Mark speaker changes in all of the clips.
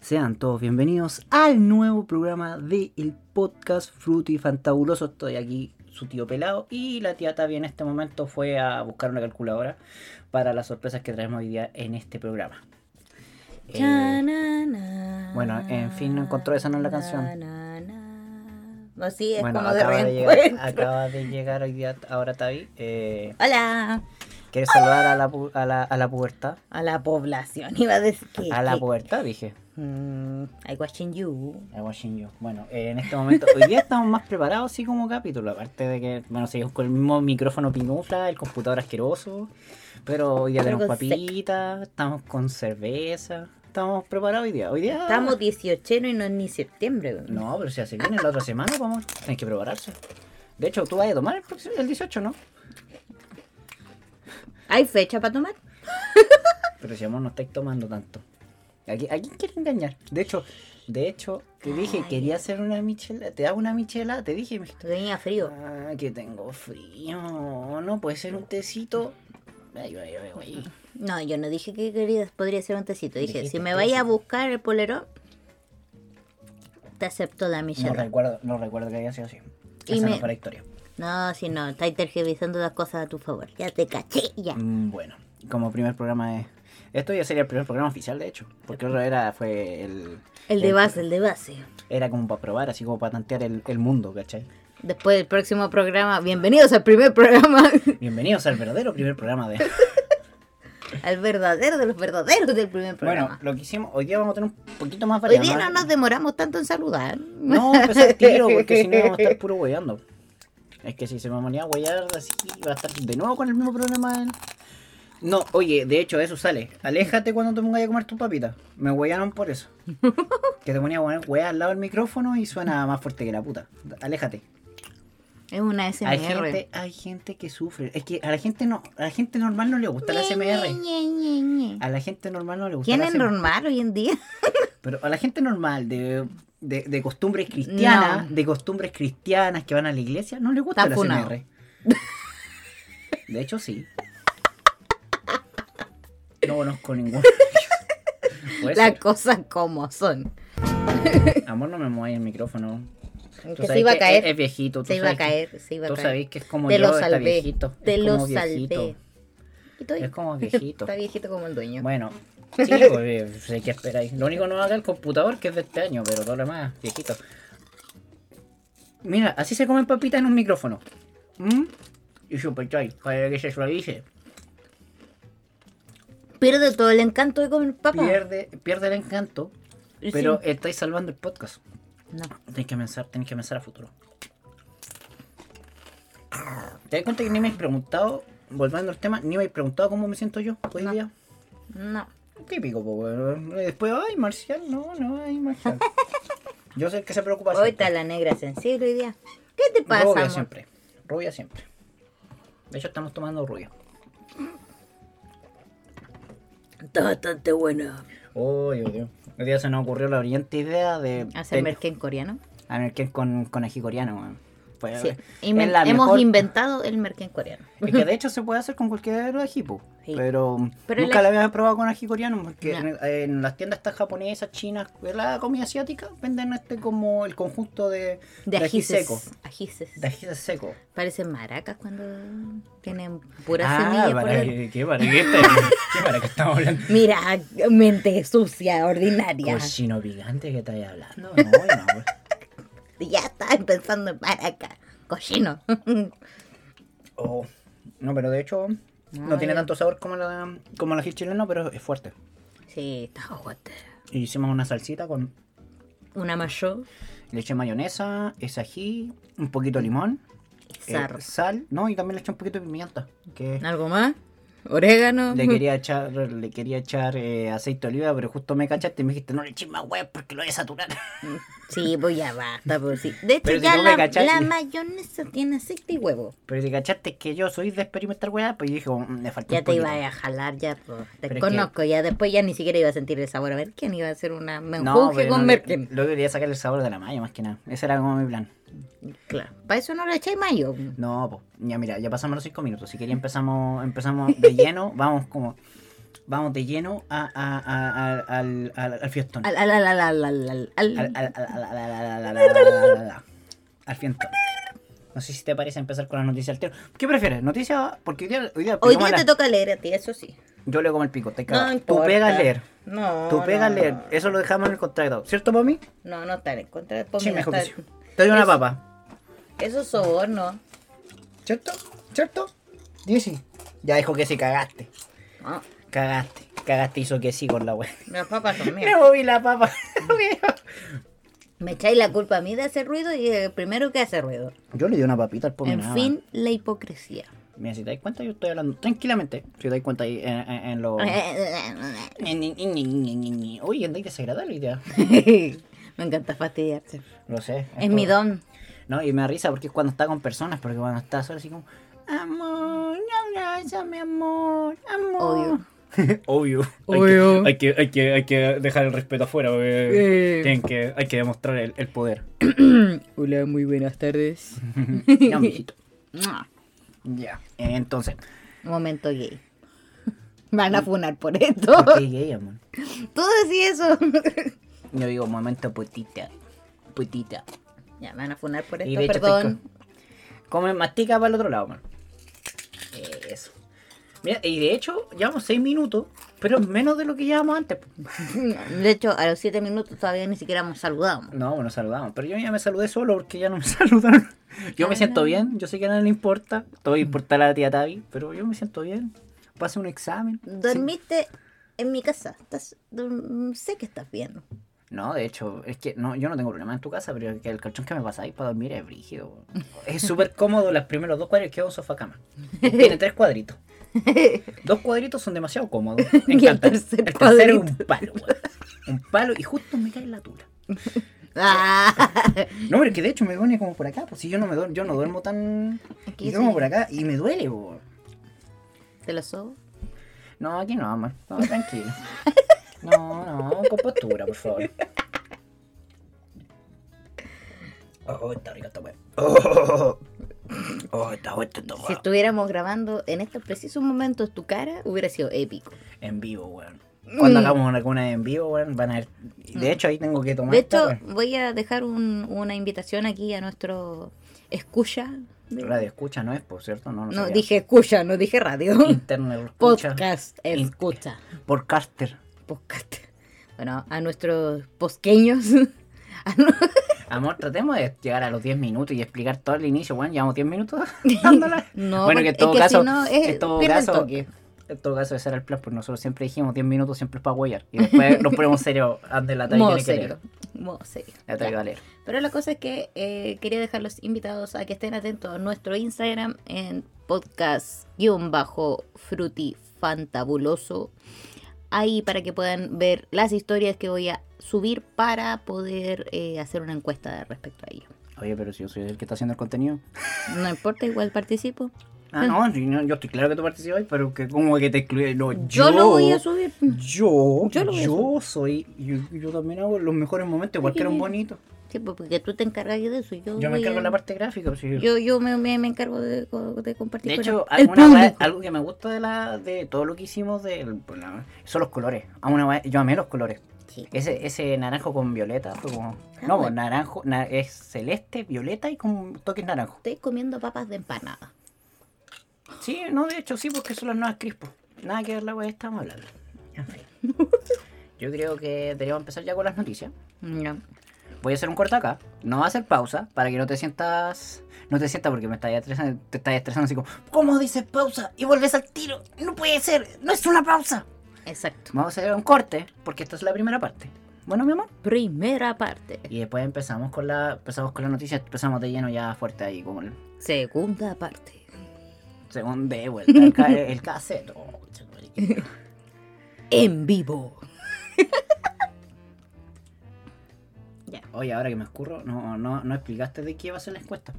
Speaker 1: Sean todos bienvenidos al nuevo programa del el podcast Fruti Fantabuloso. Estoy aquí, su tío pelado, y la tía Tavi en este momento fue a buscar una calculadora para las sorpresas que traemos hoy día en este programa. Eh,
Speaker 2: Cha, na, na,
Speaker 1: bueno, en fin, no encontró esa, no es la canción.
Speaker 2: na, na. No, sí, es
Speaker 1: bueno,
Speaker 2: como de
Speaker 1: acaba de, llegar,
Speaker 2: reencuentro.
Speaker 1: acaba de llegar hoy día, ahora Tavi. Eh,
Speaker 2: Hola.
Speaker 1: ¿Quieres saludar a la, pu- a la, a la pubertad?
Speaker 2: A la población, iba a decir que...
Speaker 1: A la
Speaker 2: que-
Speaker 1: pubertad, dije.
Speaker 2: Mm, I watching you.
Speaker 1: I watching you. Bueno, eh, en este momento, hoy día estamos más preparados, sí, como capítulo. Aparte de que, bueno, seguimos con el mismo micrófono pinufla, el computador asqueroso. Pero hoy día
Speaker 2: Pero
Speaker 1: tenemos
Speaker 2: con sec.
Speaker 1: papitas, estamos con cerveza. Estamos preparados hoy día. Hoy día.
Speaker 2: Estamos 18 y no es ni septiembre. weón.
Speaker 1: No, pero si así viene la otra semana, vamos. Tienes que prepararse. De hecho, tú vas a tomar el, próximo- el 18, ¿no?
Speaker 2: ¿Hay fecha para tomar?
Speaker 1: Pero si amor, no estáis tomando tanto. Aquí, aquí quiere engañar. De hecho, de hecho, te dije, quería hacer una michela. Te hago una michela, te dije, me
Speaker 2: Tenía frío.
Speaker 1: Ah, que tengo frío. No puede ser un tecito. Ay, ay, ay, ay.
Speaker 2: No, yo no dije que quería, podría ser un tecito. Dije,
Speaker 1: Dijiste
Speaker 2: si me
Speaker 1: tú,
Speaker 2: vaya a
Speaker 1: sí.
Speaker 2: buscar el polerón, te acepto la
Speaker 1: No
Speaker 2: michelada.
Speaker 1: recuerdo, no recuerdo que haya sido así.
Speaker 2: Y
Speaker 1: Esa
Speaker 2: me-
Speaker 1: no fue la historia.
Speaker 2: No, si no, estáis tergiversando las cosas a tu favor. Ya te caché, ya.
Speaker 1: Mm, bueno, como primer programa de. Esto ya sería el primer programa oficial, de hecho. Porque otro era, fue el.
Speaker 2: El de base, el de base.
Speaker 1: Era como para probar, así como para tantear el, el mundo, ¿cachai?
Speaker 2: Después del próximo programa, bienvenidos al primer programa,
Speaker 1: Bienvenidos al verdadero primer programa de.
Speaker 2: al verdadero de los verdaderos del
Speaker 1: Bueno,
Speaker 2: primer programa.
Speaker 1: lo que hicimos, hoy día vamos a tener un poquito más
Speaker 2: Hoy
Speaker 1: variedad.
Speaker 2: día no nos demoramos tanto en saludar.
Speaker 1: No, empezar tiro, porque si no vamos a estar puro hueveando. Es que si se me ponía a huevear así, va a estar de nuevo con el mismo problema. del- No, oye, de hecho, eso sale. Aléjate cuando te pongas a comer tus papitas. Me huevearon por eso. que te ponía a poner hueá al lado del micrófono y suena más fuerte que la puta. Aléjate.
Speaker 2: Es una SMR.
Speaker 1: Hay gente, hay gente que sufre. Es que a la gente no, a la gente normal no le gusta la SMR.
Speaker 2: Ñe, Ñe, Ñe, Ñe.
Speaker 1: A la gente normal no le gusta
Speaker 2: ¿Quién
Speaker 1: la
Speaker 2: es
Speaker 1: SMR.
Speaker 2: normal hoy en día?
Speaker 1: Pero a la gente normal, de, de, de costumbres cristianas,
Speaker 2: No.
Speaker 1: de costumbres cristianas que van a la iglesia, no le gusta
Speaker 2: Está
Speaker 1: la
Speaker 2: funado.
Speaker 1: CMR. De hecho, sí. No conozco ninguno. Puede
Speaker 2: Las
Speaker 1: ser.
Speaker 2: cosas como son.
Speaker 1: Amor, no me muevas el micrófono. Tú
Speaker 2: Que se
Speaker 1: sabes
Speaker 2: iba a
Speaker 1: que
Speaker 2: caer.
Speaker 1: Es, es viejito. tú
Speaker 2: se iba a
Speaker 1: sabes que-
Speaker 2: caer, se iba a
Speaker 1: Tú
Speaker 2: caer.
Speaker 1: sabes que es como
Speaker 2: Te
Speaker 1: yo,
Speaker 2: lo
Speaker 1: está
Speaker 2: salvé,
Speaker 1: viejito.
Speaker 2: te
Speaker 1: es
Speaker 2: lo
Speaker 1: como viejito.
Speaker 2: salvé. Y tú ahí.
Speaker 1: Es como viejito.
Speaker 2: Está viejito como el dueño.
Speaker 1: Bueno, sí, pues hay que esperar. Lo único no haga el computador que es de este año, pero todo lo demás, viejito. Mira, así se comen papitas en un micrófono. ¿Mm? Y su pechay, para que se suavice.
Speaker 2: Pierde todo el encanto de comer papa.
Speaker 1: Pierde, pierde el encanto,
Speaker 2: Y
Speaker 1: pero
Speaker 2: sí.
Speaker 1: estáis salvando el podcast.
Speaker 2: No.
Speaker 1: Tenéis que pensar, tenéis que pensar a futuro. ¿Te das cuenta que ni me has preguntado, volviendo al tema, ni me has preguntado cómo me siento yo hoy
Speaker 2: No.
Speaker 1: día?
Speaker 2: No.
Speaker 1: Típico, po, weón. Después, ay, Marcial, no, no, ay, Marcial. Yo sé el que se preocupa
Speaker 2: Hoy
Speaker 1: siempre.
Speaker 2: está la negra sensible hoy día. ¿Qué te pasa?
Speaker 1: Rubia
Speaker 2: amor?
Speaker 1: siempre. Rubia siempre. De hecho, estamos tomando rubia.
Speaker 2: Está bastante bueno.
Speaker 1: Uy, uy, uy. Hoy día se nos ocurrió la brillante idea de
Speaker 2: Hacer
Speaker 1: de-
Speaker 2: merquén coreano.
Speaker 1: a merquén con, con ají coreano, weón. Pues,
Speaker 2: Sí.
Speaker 1: es
Speaker 2: Inven-
Speaker 1: la
Speaker 2: hemos
Speaker 1: mejor-
Speaker 2: inventado el merquén coreano.
Speaker 1: Es que de hecho se puede hacer con cualquier ají, po.
Speaker 2: Sí.
Speaker 1: Pero,
Speaker 2: Pero
Speaker 1: nunca
Speaker 2: el
Speaker 1: la había probado con ají coreano, porque
Speaker 2: No.
Speaker 1: en, en las tiendas estas japonesas, chinas, la comida asiática, venden este como el conjunto de,
Speaker 2: De
Speaker 1: ají
Speaker 2: ajises.
Speaker 1: seco.
Speaker 2: Ajises.
Speaker 1: De ají seco.
Speaker 2: Parecen maracas cuando tienen pura
Speaker 1: Ah,
Speaker 2: semilla. por
Speaker 1: para
Speaker 2: dentro.
Speaker 1: que, ¿qué para qué está- qué para qué estamos hablando?
Speaker 2: Mira, mente sucia, ordinaria.
Speaker 1: Cochino picante que estáis hablando. No, no, pues.
Speaker 2: Ya estás pensando en maracas. Cochino.
Speaker 1: Oh, no, pero de hecho no
Speaker 2: Ah,
Speaker 1: tiene
Speaker 2: ya.
Speaker 1: tanto sabor como la como el ají chileno, pero es fuerte.
Speaker 2: sí, está fuerte.
Speaker 1: Y hicimos una salsita con
Speaker 2: Una mayo.
Speaker 1: leche mayonesa, ese ají, un poquito de limón, eh,
Speaker 2: Sarro.
Speaker 1: sal, no, y también le eché un poquito de pimienta, que
Speaker 2: ¿Algo más? Orégano.
Speaker 1: le quería echar le quería echar eh, aceite de oliva, pero justo me cachaste y me dijiste, "No le eches más huevos porque lo voy a saturar."
Speaker 2: Sí, pues ya basta. Pues sí. De hecho,
Speaker 1: Pero si
Speaker 2: ya
Speaker 1: no me
Speaker 2: la,
Speaker 1: cachai-
Speaker 2: la mayonesa tiene aceite y huevo.
Speaker 1: Pero si cachaste que yo soy de experimentar hueá, pues yo dije, "Mm, le faltó
Speaker 2: Ya
Speaker 1: un
Speaker 2: te
Speaker 1: poquito".
Speaker 2: iba a jalar, ya pues, te
Speaker 1: Pero es que-
Speaker 2: conozco, ya después ya ni siquiera iba a sentir el sabor a ver quién iba a hacer una
Speaker 1: No,
Speaker 2: menjunje
Speaker 1: pero
Speaker 2: con
Speaker 1: no,
Speaker 2: merquén.
Speaker 1: Luego quería sacar el sabor de la mayo, más que nada. Ese era como mi plan.
Speaker 2: Claro, para eso no le echáis mayo.
Speaker 1: No, pues, ya mira, ya pasamos los cinco minutos. Si quería empezamos, empezamos de lleno, vamos como vamos de lleno a, a- a- a- al, al- al fiestón.
Speaker 2: Al, al, al, al, al, al, al, al.
Speaker 1: Al, al, al, al, al, al, al, al, al, al, al, al. Al fiestón. No sé si te parece empezar con las noticias al tiro. ¿Qué prefieres? ¿Noticia? Porque hoy día, hoy día,
Speaker 2: Hoy
Speaker 1: como la-
Speaker 2: día te toca leer a ti, eso sí.
Speaker 1: Yo leo como el pico, te
Speaker 2: No
Speaker 1: cago. Tú
Speaker 2: importa.
Speaker 1: pegas leer.
Speaker 2: No.
Speaker 1: Tú pegas
Speaker 2: no,
Speaker 1: leer.
Speaker 2: no.
Speaker 1: Eso lo dejamos en el contrato. ¿Cierto, mami?
Speaker 2: No, no estar en contra. Ponme
Speaker 1: Sí,
Speaker 2: no
Speaker 1: mejor que sí.
Speaker 2: estar-
Speaker 1: Te doy una
Speaker 2: Es-
Speaker 1: papa.
Speaker 2: Eso es soborno.
Speaker 1: ¿Cierto? ¿Cierto? Dieci. Ya dijo que sí, cagaste.
Speaker 2: No,
Speaker 1: Cagaste. Cagaste, hizo que sí con la wea.
Speaker 2: las papas son
Speaker 1: Me
Speaker 2: mías.
Speaker 1: moví la papa.
Speaker 2: Me echáis la culpa a mí de hacer ruido y el primero que hace ruido.
Speaker 1: Yo le di una papita al pobre
Speaker 2: en
Speaker 1: nada.
Speaker 2: fin, la hipocresía.
Speaker 1: Mira, si te das cuenta, yo estoy hablando tranquilamente. Si te das cuenta ahí en, en, en lo. Uy, andáis desagradable idea.
Speaker 2: Me encanta fastidiarse.
Speaker 1: Lo sé.
Speaker 2: Es mi
Speaker 1: todo.
Speaker 2: don.
Speaker 1: No, y me da risa porque es cuando está con personas, porque cuando está solo así como, amor, abrázame, amor, amor. Obvio. Obvio.
Speaker 2: Obvio.
Speaker 1: Hay que, hay, que, hay, que, hay que dejar el respeto afuera, porque
Speaker 2: Eh.
Speaker 1: tienen que, hay que demostrar el, el poder.
Speaker 2: Hola, muy buenas tardes.
Speaker 1: ya, mijito.
Speaker 2: Mua.
Speaker 1: Ya. Entonces,
Speaker 2: Momento gay. Van a funar por esto.
Speaker 1: ¿por qué gay, amor?
Speaker 2: Tú decís eso.
Speaker 1: Yo digo, momento putita. Putita.
Speaker 2: ya, me van a funar por
Speaker 1: Y
Speaker 2: esto,
Speaker 1: de hecho estoy
Speaker 2: perdón.
Speaker 1: co- Come mastica para el otro lado, man. Eso. Mira, y de hecho, llevamos seis minutos, pero menos de lo que llevamos antes. po.
Speaker 2: De hecho, a los 7 minutos todavía ni siquiera hemos saludado.
Speaker 1: No, bueno, saludamos. Pero yo ya me saludé solo porque ya no me saludaron. Yo me siento bien, yo sé que a nadie le importa. Todo importa a la tía Tavi, pero yo me siento bien. Pasé un examen.
Speaker 2: Dormiste en mi casa. Estás, dorm- sé que estás bien.
Speaker 1: No, de hecho, es que no, yo no tengo problema en tu casa, pero que el colchón que me pasáis para dormir es brígido. weón. Es súper cómodo los primeros dos cuadros que es un sofá cama. Tiene tres cuadritos. Dos cuadritos son demasiado cómodos. Me
Speaker 2: Y el
Speaker 1: encantan.
Speaker 2: tercer
Speaker 1: el tercero es un
Speaker 2: cuadrito.
Speaker 1: palo, weón. Un palo y justo me cae la tula.
Speaker 2: Ah,
Speaker 1: No, pero es que de hecho me duele como por acá, pues si yo no me duermo, yo no duermo tan.
Speaker 2: Aquí
Speaker 1: Yo duermo
Speaker 2: sí.
Speaker 1: por acá y me duele, weón.
Speaker 2: Te lo sobo.
Speaker 1: No, aquí no, amor. No, tranquilo. No, no, con postura, por favor. Oh, está rico esta weá. Oh, oh, está bueno esta
Speaker 2: Si
Speaker 1: weá.
Speaker 2: estuviéramos grabando en estos precisos momentos tu cara, hubiera sido épico.
Speaker 1: En vivo, weón. Cuando hagamos alguna en vivo, weón, van a ver. Mm. De hecho, ahí tengo que tomar.
Speaker 2: De
Speaker 1: esta
Speaker 2: hecho,
Speaker 1: weá.
Speaker 2: voy a dejar un- una invitación aquí a nuestro escucha.
Speaker 1: radio escucha no es, por cierto, no lo
Speaker 2: No,
Speaker 1: sabía.
Speaker 2: dije escucha, no dije radio.
Speaker 1: Internet escucha.
Speaker 2: Podcast, escucha.
Speaker 1: Podcaster.
Speaker 2: Podcast. Bueno, a nuestros posqueños. a nu-
Speaker 1: Amor, tratemos de llegar a los 10 minutos y explicar todo el inicio, weón. Llevamos 10 minutos dándola.
Speaker 2: No,
Speaker 1: bueno, que
Speaker 2: porque-
Speaker 1: en todo
Speaker 2: es que
Speaker 1: caso,
Speaker 2: si no, es-
Speaker 1: en todo
Speaker 2: pierde el
Speaker 1: caso,
Speaker 2: toque.
Speaker 1: en todo caso, ese era el plan, porque nosotros siempre dijimos 10 minutos siempre es para huellar. Y después nos ponemos serio antes de la tarde.
Speaker 2: modo
Speaker 1: tiene que
Speaker 2: serio.
Speaker 1: leer.
Speaker 2: Modo serio.
Speaker 1: La tarde
Speaker 2: Ya.
Speaker 1: va a leer.
Speaker 2: Pero la cosa es que eh, quería dejar los invitados a que estén atentos a nuestro Instagram en podcast-frutifantabuloso. Ahí para que puedan ver las historias que voy a subir para poder eh, hacer una encuesta respecto a ello.
Speaker 1: Oye, pero si yo soy el que está haciendo el contenido.
Speaker 2: No importa, igual participo.
Speaker 1: Ah, no, si no, yo estoy claro que tú participas, pero que como que te excluye. No, yo,
Speaker 2: Yo, lo voy a subir.
Speaker 1: Yo,
Speaker 2: Yo
Speaker 1: yo,
Speaker 2: lo voy a
Speaker 1: soy, yo, yo también hago los mejores momentos, igual que eran bonitos.
Speaker 2: Sí, pues, porque tú te encargas de eso. Yo,
Speaker 1: Yo me
Speaker 2: voy
Speaker 1: encargo
Speaker 2: a-
Speaker 1: de la parte gráfica. pues, sí.
Speaker 2: Yo, yo me, me- me encargo de, de compartir.
Speaker 1: De
Speaker 2: con
Speaker 1: hecho,
Speaker 2: el
Speaker 1: alguna wea-
Speaker 2: público.
Speaker 1: algo que me gusta de la de todo lo que hicimos del programa son los colores. A una wea- yo amé los colores.
Speaker 2: Sí.
Speaker 1: Ese, ese naranjo con violeta fue como.
Speaker 2: Ah,
Speaker 1: No,
Speaker 2: bueno.
Speaker 1: naranjo na- es celeste, violeta y con toques naranjo.
Speaker 2: Estoy comiendo papas de empanada.
Speaker 1: Sí, no, de hecho sí, porque son las nuevas crispos. Nada que ver la wea, estamos hablando. En fin. Yo creo que deberíamos empezar ya con las noticias.
Speaker 2: No.
Speaker 1: Voy a hacer un corte acá. No va a hacer pausa para que no te sientas. No te sientas porque me estás estresando, te estás estresando así como. ¿Cómo dices pausa? Y vuelves al tiro. No puede ser. No es una pausa.
Speaker 2: Exacto.
Speaker 1: Vamos a hacer un corte porque esta es la primera parte. Bueno, mi amor.
Speaker 2: Primera parte.
Speaker 1: Y después empezamos con la empezamos con las noticias, empezamos de lleno ya fuerte ahí con el
Speaker 2: Segunda parte.
Speaker 1: según de vuelta el, ca- el cassette. Oh, chaval.
Speaker 2: En vivo. ya.
Speaker 1: Oye, ahora que me escurro, no, no, no explicaste de qué va a ser la encuesta.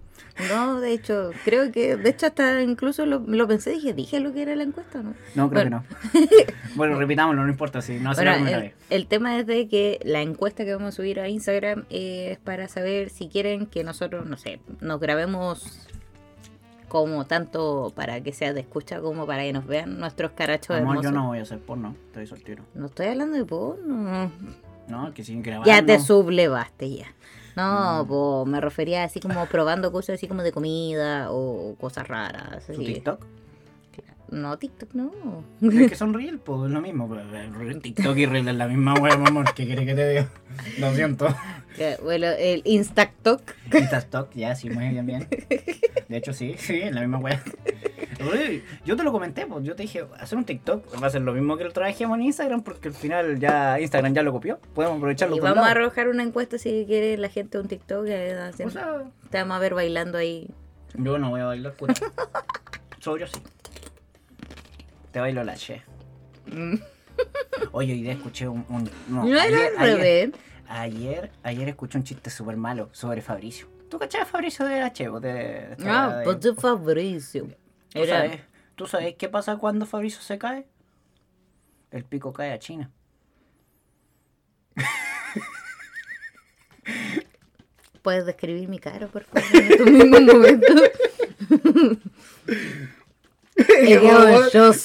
Speaker 2: No, de hecho, creo que, de hecho, hasta incluso lo, lo pensé, dije, dije lo que era la encuesta, ¿no?
Speaker 1: No, creo
Speaker 2: Bueno.
Speaker 1: que no. Bueno, repitámoslo, no importa si no hace
Speaker 2: Bueno, eh,
Speaker 1: la primera
Speaker 2: el,
Speaker 1: vez.
Speaker 2: el tema es de que la encuesta que vamos a subir a Instagram es para saber si quieren que nosotros, no sé, nos grabemos como tanto para que sea de escucha como para que nos vean nuestros carachos
Speaker 1: Amor,
Speaker 2: hermosos.
Speaker 1: yo no voy a hacer porno, estoy soltero.
Speaker 2: No estoy hablando de porno.
Speaker 1: No, que siguen grabando.
Speaker 2: Ya te sublevaste ya. No,
Speaker 1: Mm.
Speaker 2: po, me refería así como probando cosas así como de comida o cosas raras.
Speaker 1: ¿Su
Speaker 2: así.
Speaker 1: TikTok?
Speaker 2: No, TikTok no.
Speaker 1: Es que son real, pues es lo mismo. pues, eh, TikTok y real es la misma wea, amor. ¿Qué quiere que te diga? Lo siento.
Speaker 2: Que, bueno, el Instastock.
Speaker 1: TikTok, ya, sí, muy bien, bien. De hecho, sí, sí, es la misma wea. Uy, Yo te lo comenté, pues yo te dije, hacer un TikTok va a ser lo mismo que lo trabajemos en Instagram porque al final ya Instagram ya lo copió. Podemos aprovecharlo
Speaker 2: Y
Speaker 1: por un
Speaker 2: vamos a
Speaker 1: lado.
Speaker 2: arrojar una encuesta si quiere la gente un TikTok. eh, hacen-
Speaker 1: O sea,
Speaker 2: te vamos a ver bailando ahí.
Speaker 1: yo no voy a bailar cura. Sobrio sí. Te bailo la che.
Speaker 2: Mm.
Speaker 1: Oye, hoy día escuché un. un- no,
Speaker 2: No era
Speaker 1: ayer-
Speaker 2: al
Speaker 1: ayer-
Speaker 2: revés.
Speaker 1: Ayer, ayer escuché un chiste súper malo sobre Fabricio. ¿Tú cachabas Fabricio de H? vos, De, de-
Speaker 2: Ah,
Speaker 1: de-
Speaker 2: pues de Fabricio.
Speaker 1: ¿Tú,
Speaker 2: Era.
Speaker 1: sabes, ¿Tú sabes qué pasa cuando Fabricio se cae? El pico cae a China.
Speaker 2: ¿Puedes describir mi cara, por favor? En estos mismos momentos. He quedado en shock.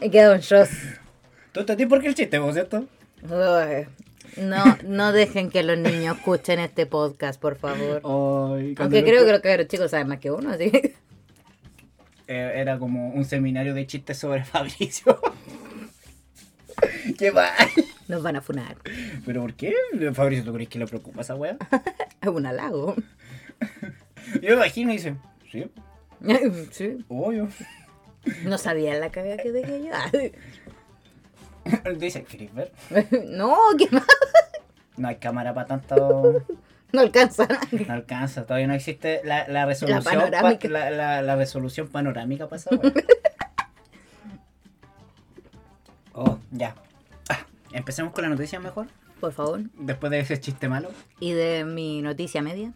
Speaker 2: He quedado en shock.
Speaker 1: ¿Tú entendí por qué el chiste, vos, cierto?
Speaker 2: Ay, No, no dejen que los niños escuchen este podcast, por favor. Aunque creo que los cabros chicos saben más que uno, así que-
Speaker 1: era como un seminario de chistes sobre Fabricio. qué mal.
Speaker 2: nos van a funar.
Speaker 1: ¿Pero por qué? Fabricio, ¿tú crees que le preocupa esa wea?
Speaker 2: Es un halago.
Speaker 1: Yo me imagino y dice, sí,
Speaker 2: Sí,
Speaker 1: obvio.
Speaker 2: no sabía la cagada que dejé yo. Ay,
Speaker 1: Dice, ¿querés ver?
Speaker 2: No, que no,
Speaker 1: No hay cámara para tanto.
Speaker 2: no alcanza.
Speaker 1: No alcanza, todavía no existe la, la resolución pa-
Speaker 2: panorámica.
Speaker 1: la, la- la resolución panorámica para esa weá. Oh, ya. Ah, Empecemos con la noticia mejor,
Speaker 2: Por favor.
Speaker 1: después de ese chiste malo.
Speaker 2: ¿Y de mi noticia media?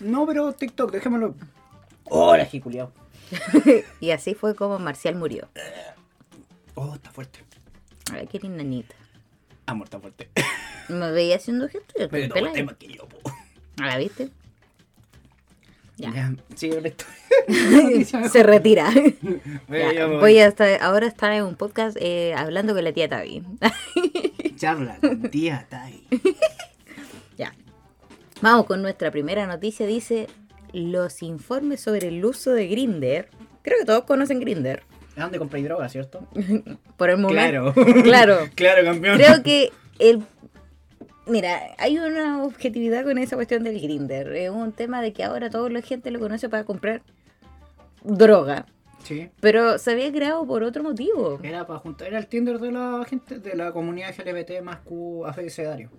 Speaker 1: No, pero TikTok, déjamelo. Hola, jiculeado.
Speaker 2: Y así fue como Marcial murió.
Speaker 1: Oh, está fuerte.
Speaker 2: Ay, qué nanita.
Speaker 1: Amor, está fuerte.
Speaker 2: Me veía haciendo gestos y yo
Speaker 1: Pero
Speaker 2: estoy
Speaker 1: no
Speaker 2: pelada.
Speaker 1: fuerte más que yo, po.
Speaker 2: ¿A la viste? Ya.
Speaker 1: Sí, la historia.
Speaker 2: Se retira. Ya,
Speaker 1: Bueno, ya voy.
Speaker 2: voy a estar, ahora estar en un podcast eh, hablando con la tía Tavi.
Speaker 1: Charla, con tía, está ahí.
Speaker 2: ya. Vamos con nuestra primera noticia. Dice los informes sobre el uso de Grinder. Creo que todos conocen Grinder.
Speaker 1: ¿A dónde compré droga, cierto?
Speaker 2: Por el momento.
Speaker 1: Claro.
Speaker 2: Claro.
Speaker 1: Claro, campeón.
Speaker 2: Creo que el. Mira, hay una objetividad con esa cuestión del Grinder. Es un tema de que ahora toda la gente lo conoce para comprar droga.
Speaker 1: Sí.
Speaker 2: Pero se había creado por otro motivo.
Speaker 1: Era para juntar, era el Tinder de la gente, de la comunidad LGBT más Q abecedario.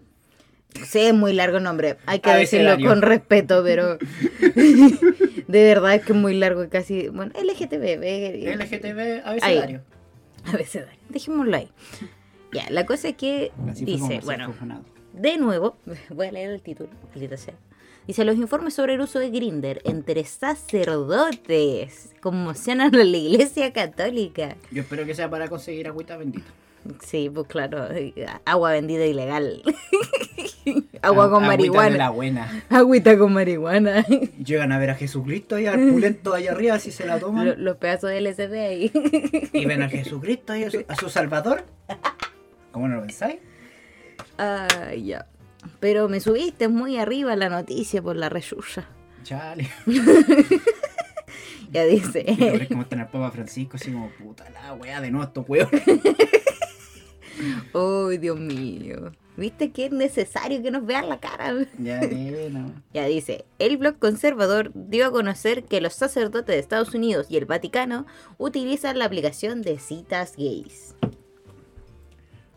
Speaker 2: Sí, es muy largo el nombre. Hay que
Speaker 1: Abecedario.
Speaker 2: decirlo con respeto, pero. de verdad es que es muy largo, casi. Bueno, LGTB. ve-
Speaker 1: LGTB abecedario.
Speaker 2: Abecedario. E. Dejémoslo ahí. Ya, la cosa es que dice, bueno, de nuevo, voy a leer el título, maldita sea. Dice, los informes sobre el uso de Grinder entre sacerdotes conmocionan a la iglesia católica.
Speaker 1: Yo espero que sea para conseguir agüita bendita.
Speaker 2: Sí, pues claro, agua vendida ilegal. agua con
Speaker 1: Ah, Agüita de
Speaker 2: marihuana.
Speaker 1: la buena.
Speaker 2: Agüita con marihuana.
Speaker 1: Llegan a ver a Jesucristo y al pulento allá arriba si se la
Speaker 2: Lo-
Speaker 1: toman.
Speaker 2: los pedazos de LSD ahí.
Speaker 1: y ven a Jesucristo y a su, a su salvador. ¿Cómo no lo pensáis?
Speaker 2: Ah, ya. Pero me subiste muy arriba la noticia por la reyuya.
Speaker 1: Chale.
Speaker 2: Ya dice.
Speaker 1: Y lo ves como está el Papa Francisco, así como puta la wea de nuevo estos weón.
Speaker 2: ¡Ay, Dios mío! ¿Viste que es necesario que nos vean la cara?
Speaker 1: ya, eh, no.
Speaker 2: Ya dice, el blog conservador dio a conocer que los sacerdotes de Estados Unidos y el Vaticano utilizan la aplicación de citas gays.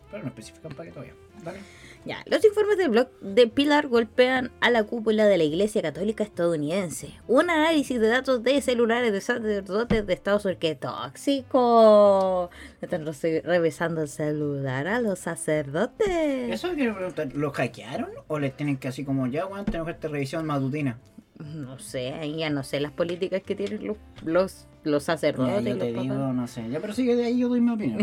Speaker 1: Pero no especifican para qué todavía. Dale.
Speaker 2: Ya, los informes del blog de Pilar golpean a la cúpula de la Iglesia Católica estadounidense. Un análisis de datos de celulares de sacerdotes de Estados Unidos. ¡Qué tóxico! Le Están rese- revisando el celular a los sacerdotes.
Speaker 1: Eso quiero preguntar, ¿lo hackearon o les tienen que así como ya, weón, tenemos esta revisión matutina?
Speaker 2: No sé, ahí ya no sé las políticas que tienen los, los, los sacerdotes.
Speaker 1: Ya, yo
Speaker 2: y los
Speaker 1: te digo,
Speaker 2: papas.
Speaker 1: no sé. Ya, pero sí que de ahí yo doy mi opinión.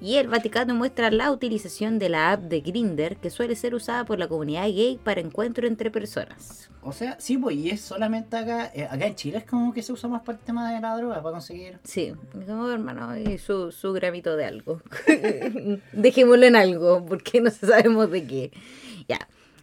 Speaker 2: Y el Vaticano muestra la utilización de la app de Grinder, que suele ser usada por la comunidad gay para encuentro entre personas.
Speaker 1: O sea, sí, pues, y es solamente acá. eh, Acá en Chile es como que se usa más para el tema de la droga, para conseguir.
Speaker 2: Sí, como hermano, y su, su gramito de algo. Dejémoslo en algo, porque no sabemos de qué. Ya.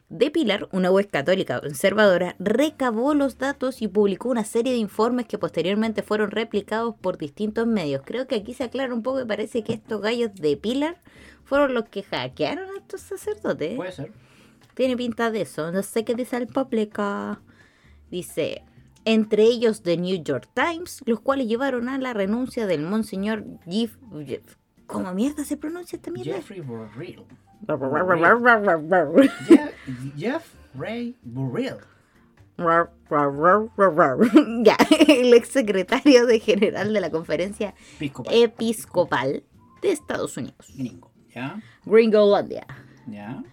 Speaker 2: De Pilar, una web católica conservadora, recabó los datos y publicó una serie de informes que posteriormente fueron replicados por distintos medios. Creo que aquí se aclara un poco y parece que estos gallos de Pilar fueron los que hackearon a estos sacerdotes.
Speaker 1: Puede ser.
Speaker 2: Tiene pinta de eso. No sé qué dice el público. Dice, entre ellos The New York Times, los cuales llevaron a la renuncia del monseñor Jeff... Jeff- ¿Cómo mierda se pronuncia esta mierda?
Speaker 1: Jeffrey Burrell.
Speaker 2: Jeff.
Speaker 1: Jeff, Jeff Ray Burrell.
Speaker 2: ya, el exsecretario de general de la conferencia
Speaker 1: Episcopal.
Speaker 2: Eh, episcopal de Estados Unidos,
Speaker 1: Gringo. ¿Ya?
Speaker 2: Gringolandia.
Speaker 1: ¿Ya?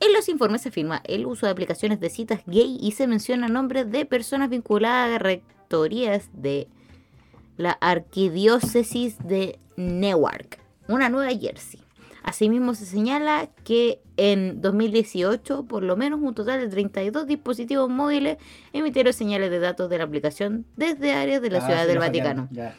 Speaker 2: En los informes se afirma el uso de aplicaciones de citas gay y se menciona nombres de personas vinculadas a rectorías de la arquidiócesis de Newark, una Nueva Jersey. Asimismo se señala que en 2018 por lo menos un total de 32 dispositivos móviles emitieron señales de datos de la aplicación desde áreas de la
Speaker 1: Ah,
Speaker 2: Ciudad
Speaker 1: sí,
Speaker 2: del
Speaker 1: lo
Speaker 2: Vaticano
Speaker 1: hackearon, Ya.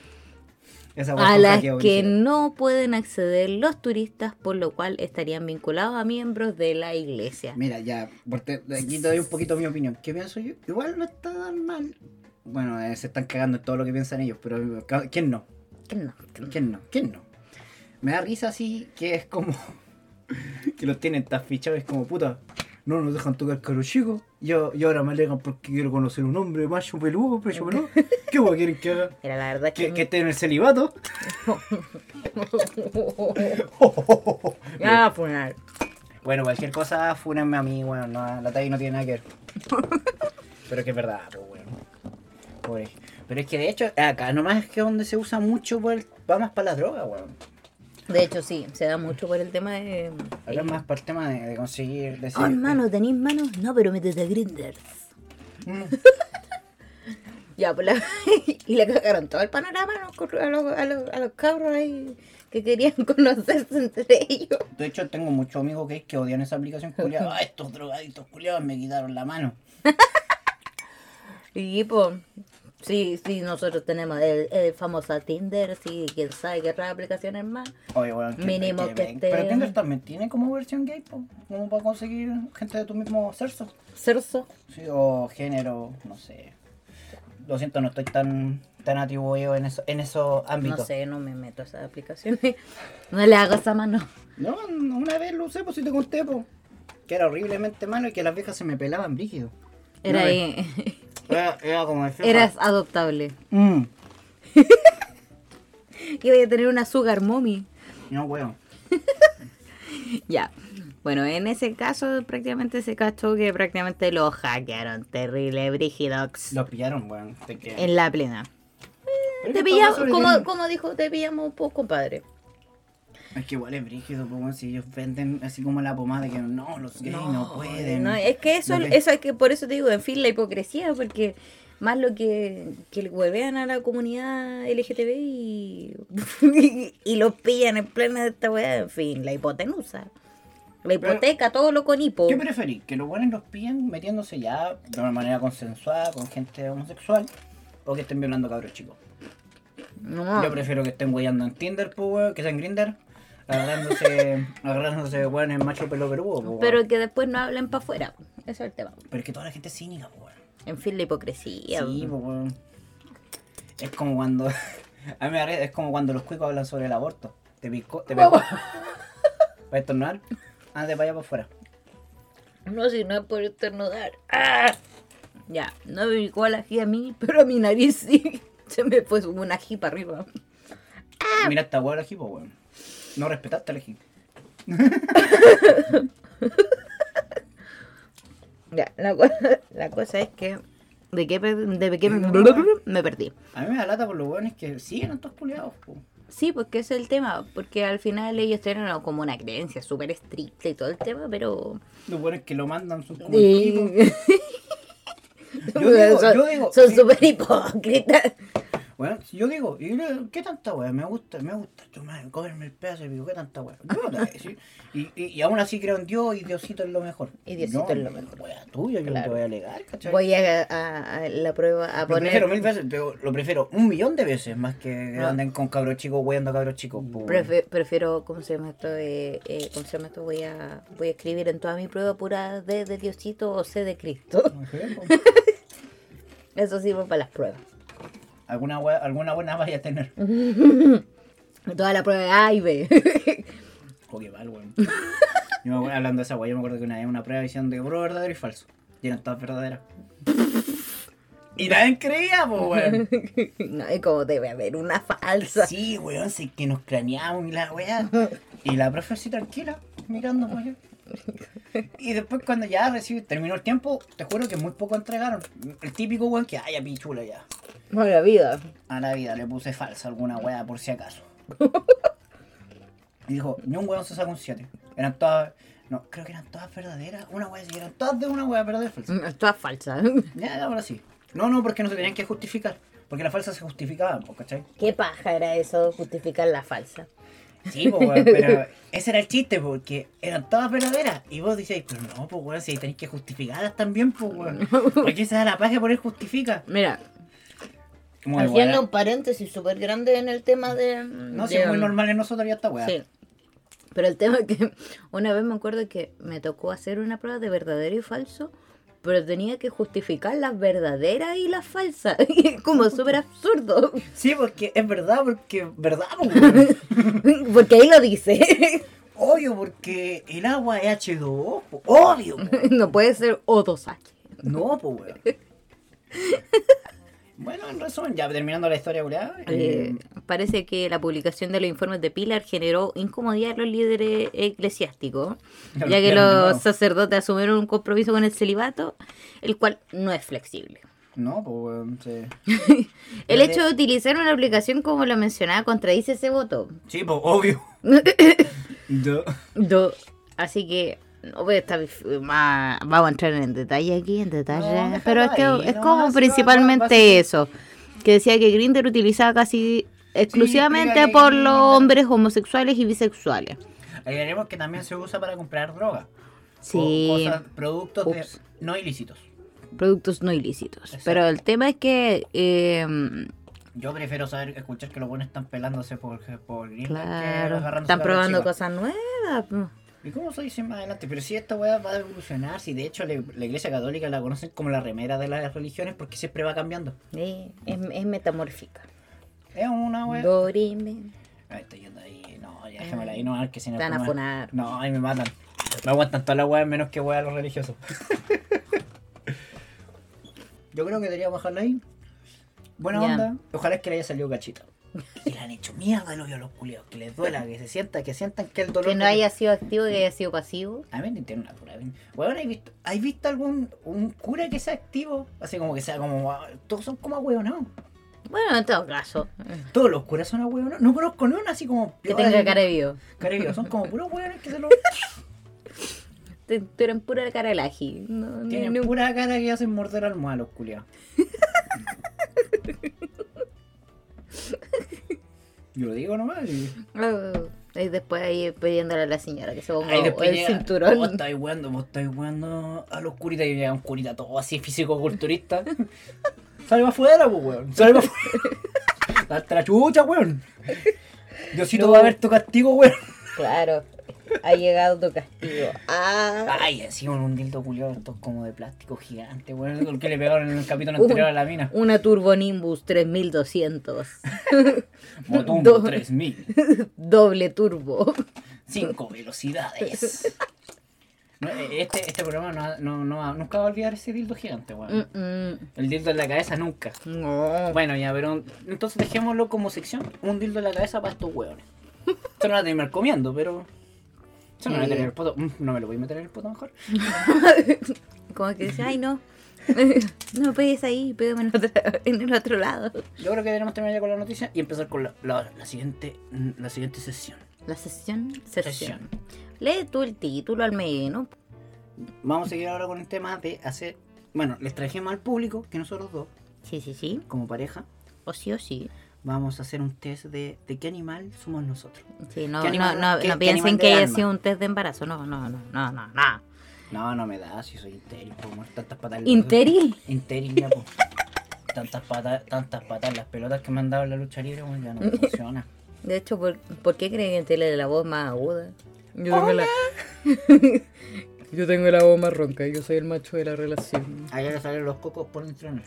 Speaker 1: Esa hueá
Speaker 2: a
Speaker 1: fue
Speaker 2: las
Speaker 1: hackeo,
Speaker 2: que
Speaker 1: brígido.
Speaker 2: no pueden acceder los turistas, por lo cual estarían vinculados a miembros de la iglesia.
Speaker 1: Mira, ya, porque de aquí te doy un poquito mi opinión. ¿Qué pienso yo? Igual no está tan mal. Bueno, eh, se están cagando en todo lo que piensan ellos, pero ca- ¿quién no?
Speaker 2: Que no, que no.
Speaker 1: ¿Quién no? ¿Quién no? Me da risa así que es como que los tienen tan fichados, es como puta. No nos dejan tocar caro chico. Y, a- y ahora me alegan porque quiero conocer un hombre macho peludo, pecho peludo. ¿Qué hueá quieren que haga?
Speaker 2: Era la verdad
Speaker 1: ¿Que,
Speaker 2: que...
Speaker 1: que esté en el celibato?
Speaker 2: Ah, funar.
Speaker 1: Bueno, cualquier cosa, fúnenme a mí, bueno, no, la TAI no tiene nada que ver. Pero es que es verdad, pues bueno. Pobre. Pero es que de hecho, acá nomás es que donde se usa mucho, por el- va más para las drogas, weón.
Speaker 2: De hecho, sí, se da mucho por el tema de...
Speaker 1: Acá es más para el tema de, de conseguir decir. eh,
Speaker 2: Oh, hermano, ¿tenéis manos? No, pero métete a Grinders.
Speaker 1: Mm.
Speaker 2: Ya, pues la... y le cagaron todo el panorama a los, a los- a los- a los cabros ahí que querían conocerse entre ellos.
Speaker 1: De hecho, tengo muchos amigos gays que odian esa aplicación culiada. Ah, estos drogadictos culiados me quitaron la mano.
Speaker 2: Y pues, sí, sí, nosotros tenemos el, el famoso Tinder, sí, quién sabe qué otras aplicaciones más.
Speaker 1: Oye, bueno,
Speaker 2: Mínimo que
Speaker 1: ven.
Speaker 2: te-
Speaker 1: Pero Tinder también tiene como versión gay, po, como para conseguir gente de tu mismo sexo.
Speaker 2: Cerso.
Speaker 1: Sí, o género, no sé. Lo siento, no estoy tan, tan atribuido en, eso, en esos
Speaker 2: No
Speaker 1: ámbitos.
Speaker 2: sé, no me meto a esas aplicaciones. No le hago esa mano.
Speaker 1: No, no, una vez lo usé, pues si te conté, pues. Que era horriblemente malo y que las viejas se me pelaban brígido.
Speaker 2: Era,
Speaker 1: No,
Speaker 2: eh,
Speaker 1: Era, era como el
Speaker 2: eras adoptable.
Speaker 1: Mm,
Speaker 2: Iba a tener una sugar mommy.
Speaker 1: no, weón.
Speaker 2: Ya. Bueno, en ese caso prácticamente se cachó que prácticamente lo hackearon. Terrible, Brigidox.
Speaker 1: Los pillaron, weón. Te que-
Speaker 2: En la plena.
Speaker 1: Pero es
Speaker 2: Te
Speaker 1: que
Speaker 2: pillamos,
Speaker 1: todo eso le
Speaker 2: como,
Speaker 1: tienen-
Speaker 2: como dijo, te pillamos un poco, compadre.
Speaker 1: Es que igual es brígido, pues, weón, si ellos venden así como la pomada que no, los gays no, pueden.
Speaker 2: no, es que eso,
Speaker 1: No les-
Speaker 2: eso es que por eso te digo, en fin, la hipocresía, porque más lo que, que le huevean a la comunidad LGTB y, y los pillan en plena de esta weá, en fin, la hipotenusa. La hipoteca, todo lo con hipo.
Speaker 1: ¿Qué preferís? ¿Que los buenos los pillen metiéndose ya de una manera consensuada con gente homosexual? ¿O que estén violando cabros chicos?
Speaker 2: No,
Speaker 1: Yo prefiero que estén weyando en Tinder, pues, weón, que sea en Grindr, agarrándose, agarrándose, weón, en macho pelo perudo, pues, weón.
Speaker 2: pero que después no hablen para afuera. Eso es el tema.
Speaker 1: Pero es que toda la gente es cínica, pues, weón.
Speaker 2: En fin, la hipocresía.
Speaker 1: Sí, pues, weón. Es como cuando. A mí me da risa, es como cuando los cuicos hablan sobre el aborto. Te picó, te pegó. ¿Vas a estornudar? Ande para allá para afuera.
Speaker 2: No, si no es por estornudar. ¡Ah! Ya, no me picó la ají a mí, pero a mi nariz sí. Se me fue una ají para arriba.
Speaker 1: Mira esta weón aquí, pues, weón. No respetaste al equipo.
Speaker 2: Ya, la, co- la cosa es que. ¿De qué, pe- de qué me, perdí?
Speaker 1: A mí me da lata por los weones que siguen a estos culiados, pues.
Speaker 2: Sí, porque ese es el tema. Porque al final ellos tienen una- como una creencia súper estricta y todo el tema, pero.
Speaker 1: Los weones que lo mandan sus
Speaker 2: Y-
Speaker 1: Yo digo,
Speaker 2: son,
Speaker 1: yo digo,
Speaker 2: son
Speaker 1: sí.
Speaker 2: súper hipócritas.
Speaker 1: Bueno, yo digo, y yo, ¿qué tanta weá? Me gusta, me gusta tu madre, comerme el pedazo de pico, ¿qué tanta weá? Yo no te voy a decir. Y, y, y aún así creo en Dios y Diosito es lo mejor.
Speaker 2: Y Diosito es lo mejor.
Speaker 1: Weá tuya, yo no te
Speaker 2: Claro.
Speaker 1: voy a alegar, ¿cachai?
Speaker 2: Voy a, a- a la prueba a
Speaker 1: Lo prefiero mil
Speaker 2: poner.
Speaker 1: veces, pero lo prefiero un millón de veces más que
Speaker 2: Ah.
Speaker 1: anden con cabros chicos weyando a cabros chicos. po, weón.
Speaker 2: prefe- prefiero, ¿cómo se llama esto? Eh, eh, ¿Cómo se llama esto? Voy a, voy a escribir en toda mi prueba pura D de Diosito o C de Cristo.
Speaker 1: Ajá, po.
Speaker 2: Eso sirve para las pruebas.
Speaker 1: alguna, wea- alguna buena vaya a tener.
Speaker 2: Toda la prueba de A y B.
Speaker 1: Oh, qué mal, weón. Yo me acuerdo, hablando de esa weá, yo me acuerdo que una vez una prueba hicieron de prueba verdadero y falso. Y eran todas verdaderas. y nadie creía, pues, weón.
Speaker 2: no, es como debe haber una falsa.
Speaker 1: Sí, weón, sí que nos craneamos y la weá. Y la profe así tranquila, mirando, pues yo. Y después cuando ya recibí, terminó el tiempo, te juro que muy poco entregaron. El típico weón que, ay, a pichula ya.
Speaker 2: No, la vida.
Speaker 1: A la vida le puse falsa alguna weá por si acaso. Y dijo, ni un weón se sacó un 7. Eran todas, no, creo que eran todas verdaderas. Una weá, sí, eran todas de una weá verdadera y falsa.
Speaker 2: No, Toda falsa.
Speaker 1: Ya, ahora sí. No, no, porque no se tenían que justificar. Porque la falsa se justificaban, pues, ¿cachai?
Speaker 2: ¿Qué paja era eso justificar la falsa?
Speaker 1: Sí, pues, weón, pero ese era el chiste, porque eran todas verdaderas. Y vos decís, pero no, pues, weón, si tenéis que justificarlas también, pues, weón. ¿Por qué se da la paja por él justifica?
Speaker 2: Mira,
Speaker 1: Muy
Speaker 2: haciendo
Speaker 1: bueno.
Speaker 2: un paréntesis súper grande en el tema de...
Speaker 1: No, si
Speaker 2: de,
Speaker 1: es muy
Speaker 2: um,
Speaker 1: normal en nosotros ya está, weón.
Speaker 2: Sí. Pero el tema es que una vez me acuerdo que me tocó hacer una prueba de verdadero y falso, pero tenía que justificar las verdaderas y las falsas. Y es como súper absurdo.
Speaker 1: Sí, porque es verdad, porque es verdad, pues, weón.
Speaker 2: Porque ahí lo dice.
Speaker 1: Obvio, porque el agua es H2O, po. obvio. po.
Speaker 2: No puede ser O2H.
Speaker 1: No, pues, weón. Bueno, en resumen, ya terminando la historia, weón.
Speaker 2: Eh, parece que la publicación de los informes de Pilar generó incomodidad a los líderes eclesiásticos,
Speaker 1: Ya lo
Speaker 2: ya, que
Speaker 1: cambiaron de nuevo.
Speaker 2: los sacerdotes asumieron un compromiso con el celibato, el cual no es flexible.
Speaker 1: No, pues, weón. Sí,
Speaker 2: El hecho de utilizar una aplicación como lo mencionaba contradice ese voto.
Speaker 1: sí pues, obvio. Yo-
Speaker 2: Do- así que no voy a estar dif- más- vamos a entrar en detalle aquí, en detalle.
Speaker 1: déjalo
Speaker 2: pero es que
Speaker 1: ahí,
Speaker 2: es
Speaker 1: nomás, si va-
Speaker 2: como
Speaker 1: va- va a
Speaker 2: principalmente
Speaker 1: ser-
Speaker 2: eso, que decía que Grinder utilizaba casi exclusivamente
Speaker 1: explícale,
Speaker 2: por los
Speaker 1: Grindr.
Speaker 2: hombres homosexuales y bisexuales.
Speaker 1: Agregaremos que también se usa para comprar droga.
Speaker 2: Sí.
Speaker 1: O cosas, productos de-
Speaker 2: Ups.
Speaker 1: no ilícitos.
Speaker 2: Productos no ilícitos.
Speaker 1: Exacto.
Speaker 2: Pero el tema es que eh,
Speaker 1: Yo prefiero saber, escuchar que los buenos están pelándose por, por Grindr que
Speaker 2: Claro,
Speaker 1: agarrándose
Speaker 2: están
Speaker 1: cabras
Speaker 2: probando
Speaker 1: chicas.
Speaker 2: cosas nuevas. po.
Speaker 1: ¿Y cómo se dice más adelante? Pero si esta weá va a evolucionar, si de hecho le- la iglesia católica la conocen como la remera de las religiones porque siempre va cambiando.
Speaker 2: Eh, es, es metamórfica.
Speaker 1: Es una weá.
Speaker 2: Dorime.
Speaker 1: Ay, estoy yendo ahí, no, ya déjamela ahí, no, que si no.
Speaker 2: Eh, Te van a
Speaker 1: me-
Speaker 2: funar.
Speaker 1: No, ahí me matan. Me aguantan todas las weas menos que weas los religiosos. Yo creo que debería bajarla ahí. Buena
Speaker 2: Ya.
Speaker 1: onda. Ojalá es que le haya salido cachita. Y le han hecho mierda el hoyo a los culiados. Que les duela, que se sienta, que sientan que el dolor.
Speaker 2: Que no
Speaker 1: de-
Speaker 2: haya sido activo, que haya sido pasivo.
Speaker 1: A mí me tiene una Ah, pura. Weón, ¿hay visto, ¿hay visto algún un cura que sea activo? Así como que sea como. ah, Todos son como ahueonados.
Speaker 2: Bueno, en todo caso.
Speaker 1: Todos los curas son ahueonados. No conozco ni uno así como.
Speaker 2: Que tenga
Speaker 1: Ay,
Speaker 2: cara de vivo.
Speaker 1: cara de vivo. Son como puros hueones que se lo.
Speaker 2: Te- Tienen pura cara de laji. No, ni-
Speaker 1: Tienen
Speaker 2: ni un-
Speaker 1: pura cara que hacen morder al malo, culiao. Yo lo digo nomás. Y...
Speaker 2: Oh, y después ahí pidiéndole a la señora que se ponga
Speaker 1: Ahí Oh. después
Speaker 2: el
Speaker 1: llega,
Speaker 2: cinturón.
Speaker 1: Vos estáis weando, vos estáis weando a los curitas y llega un curita todo así físico-culturista. Sale para afuera, pues, weón. Sale para afuera. Hasta la chucha, weón. Diosito
Speaker 2: No.
Speaker 1: va a ver tu castigo, weón.
Speaker 2: Claro. Ha llegado tu castigo. Ah,
Speaker 1: Ay, encima un dildo culiado, estos como de plástico gigante, weón. El que le pegaron en el capítulo anterior a la mina.
Speaker 2: una Turbo Nimbus 3200.
Speaker 1: Motumbo
Speaker 2: Dos.
Speaker 1: 3000.
Speaker 2: Doble turbo.
Speaker 1: Cinco velocidades. No, eh, Este, este programa no, va- no, no va- nunca va a olvidar ese dildo gigante, weón.
Speaker 2: Mm, mm.
Speaker 1: El dildo en la cabeza nunca.
Speaker 2: No.
Speaker 1: Bueno, ya, pero un- entonces dejémoslo como sección. Un dildo en la cabeza para estos hueones. Esto no lo voy a terminar comiendo, pero... Yo no, lo voy a tener el poto. Mm, no me lo voy a meter en el poto mejor.
Speaker 2: Como que dice, ay no. No me pegues ahí, pégame en, otra- en el otro lado.
Speaker 1: Yo creo que debemos terminar ya con la noticia y empezar con la, la, la siguiente, mm, la siguiente sesión.
Speaker 2: La sesión, sesión. Lee tú el título al menos.
Speaker 1: Vamos a seguir ahora con el tema de hacer Bueno, les trajimos al público, que nosotros dos,
Speaker 2: Sí, sí, sí.
Speaker 1: como pareja,
Speaker 2: O sí o sí.
Speaker 1: vamos a hacer un test de, de qué animal somos nosotros.
Speaker 2: Sí, no,
Speaker 1: ¿Qué
Speaker 2: no,
Speaker 1: animal-
Speaker 2: no,
Speaker 1: qué-
Speaker 2: no
Speaker 1: qué
Speaker 2: piensen
Speaker 1: animal
Speaker 2: que
Speaker 1: del
Speaker 2: haya
Speaker 1: alma?
Speaker 2: sido un test de embarazo. No, no, no, no, no, no.
Speaker 1: No, no me da, si soy interi, puedo mover tantas patas. en la-
Speaker 2: ¿Interil?
Speaker 1: Interi, ya, po. Tantas patas, tantas patas, en las pelotas que me han dado en la lucha libre, bueno, ya no me funciona.
Speaker 2: De hecho, ¿por, por qué creen que en Chile la voz más aguda? Yo tengo, la... yo tengo la voz más ronca, yo soy el macho de la relación.
Speaker 1: Allá le salen los cocos por entrenar.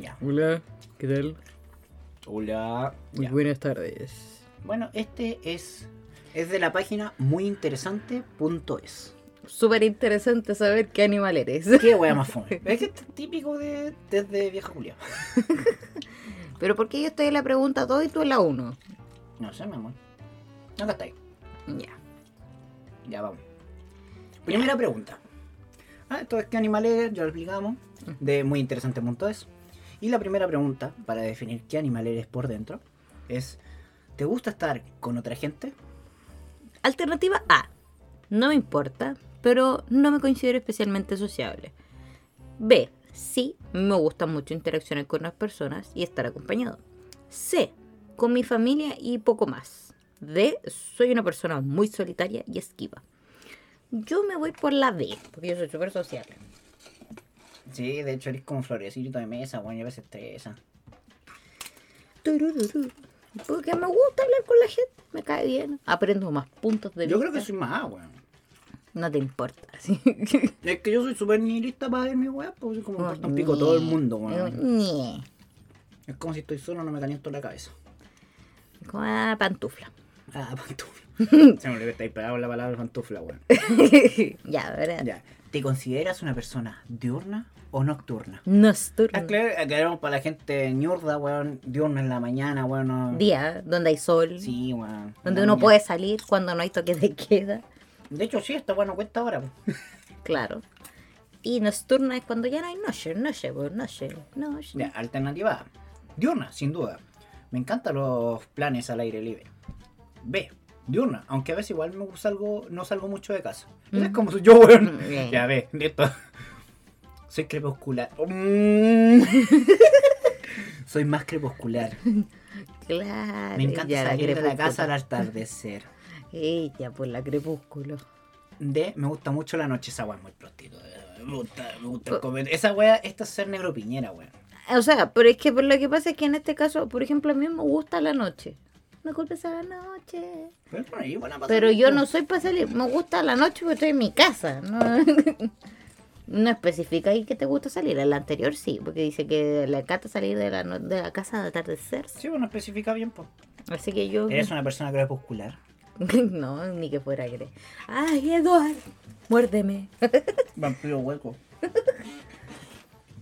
Speaker 1: ya.
Speaker 2: Hola, ¿qué tal?
Speaker 1: Hola. Ya.
Speaker 2: buenas tardes.
Speaker 1: Bueno, este es, es de la página muyinteresante.es.
Speaker 2: Súper interesante saber qué animal eres.
Speaker 1: Qué wea más fome. Es que esto es típico de desde vieja Julia.
Speaker 2: Pero ¿por qué yo estoy en la pregunta 2 y tú en la 1?
Speaker 1: No sé, mi amor. Acá está ahí.
Speaker 2: Ya.
Speaker 1: Ya vamos. Primera pregunta. Ah, esto es qué animal eres, ya lo explicamos. De muyinteresante.es. Y la primera pregunta para definir qué animal eres por dentro es: ¿te gusta estar con otra gente?
Speaker 2: Alternativa A. No me importa, pero no me considero especialmente sociable. B. Sí, me gusta mucho interaccionar con las personas y estar acompañado. C. Con mi familia y poco más. D. Soy una persona muy solitaria y esquiva. Yo me voy por la D, porque yo soy súper social.
Speaker 1: Sí, de hecho eres como florecito de mesa, bueno, y a veces estresa.
Speaker 2: Turururu. Porque me gusta hablar con la gente, me cae bien. Aprendo más puntos de vista.
Speaker 1: Yo creo que soy más agua.
Speaker 2: No te importa, sí.
Speaker 1: Es que yo soy súper nihilista para ver mi weá, pues soy
Speaker 2: Oh,
Speaker 1: como un pico todo el mundo, weón.
Speaker 2: Ñe.
Speaker 1: Es como si estoy solo, no me caliento la cabeza.
Speaker 2: Como una pantufla.
Speaker 1: Ah, pantufla. Se me olvidó, estáis pegado la palabra pantufla, weón.
Speaker 2: ya, ¿verdad?
Speaker 1: Ya. ¿Te consideras una persona diurna o nocturna?
Speaker 2: Nocturno.
Speaker 1: Aclar- Aclaremos para la gente ñurda, weón. Diurna en la mañana, weón. no-
Speaker 2: Día donde hay sol,
Speaker 1: Sí, weón.
Speaker 2: donde
Speaker 1: En la
Speaker 2: uno
Speaker 1: mañana.
Speaker 2: puede salir cuando no hay toque de queda.
Speaker 1: De hecho, sí, esta weón no cuesta ahora, po.
Speaker 2: Claro. Y nocturna es cuando ya no hay noche, noche, por noche, noche.
Speaker 1: Ya, alternativa A. Diurna, sin duda. Me encantan los planes al aire libre. B. Diurna, aunque a veces igual me salgo, no salgo mucho de casa. Esa Es como soy yo, weón.
Speaker 2: Mm. Bien.
Speaker 1: Ya ve, listo. Soy crepuscular. Mm. Soy más crepuscular.
Speaker 2: Claro.
Speaker 1: Me encanta
Speaker 2: ya,
Speaker 1: salir de la
Speaker 2: crepúsculo.
Speaker 1: casa al atardecer.
Speaker 2: Eh, ya, por la crepúsculo.
Speaker 1: D. Me gusta mucho la noche. Esa weá es muy prostituta. Me gusta, me gusta
Speaker 2: Oh.
Speaker 1: el comer. Esa weá, esta es ser negro piñera, weón.
Speaker 2: O sea, pero es que por lo que pasa es que en este caso, por ejemplo, a mí me gusta la noche. Me culpes a la noche.
Speaker 1: Pero, bueno, ahí van a pasar
Speaker 2: Pero yo
Speaker 1: esto.
Speaker 2: no soy para salir. Me gusta la noche porque estoy en mi casa. No, no especifica ahí que te gusta salir. En la anterior sí, porque dice que le encanta salir de la, no- de la casa de atardecer.
Speaker 1: Sí, bueno, especifica bien, pues.
Speaker 2: Así que yo.
Speaker 1: Eres una persona crepuscular.
Speaker 2: No, ni que fuera que. ¡Ay, Eduard! Muérdeme.
Speaker 1: Vampiro hueco.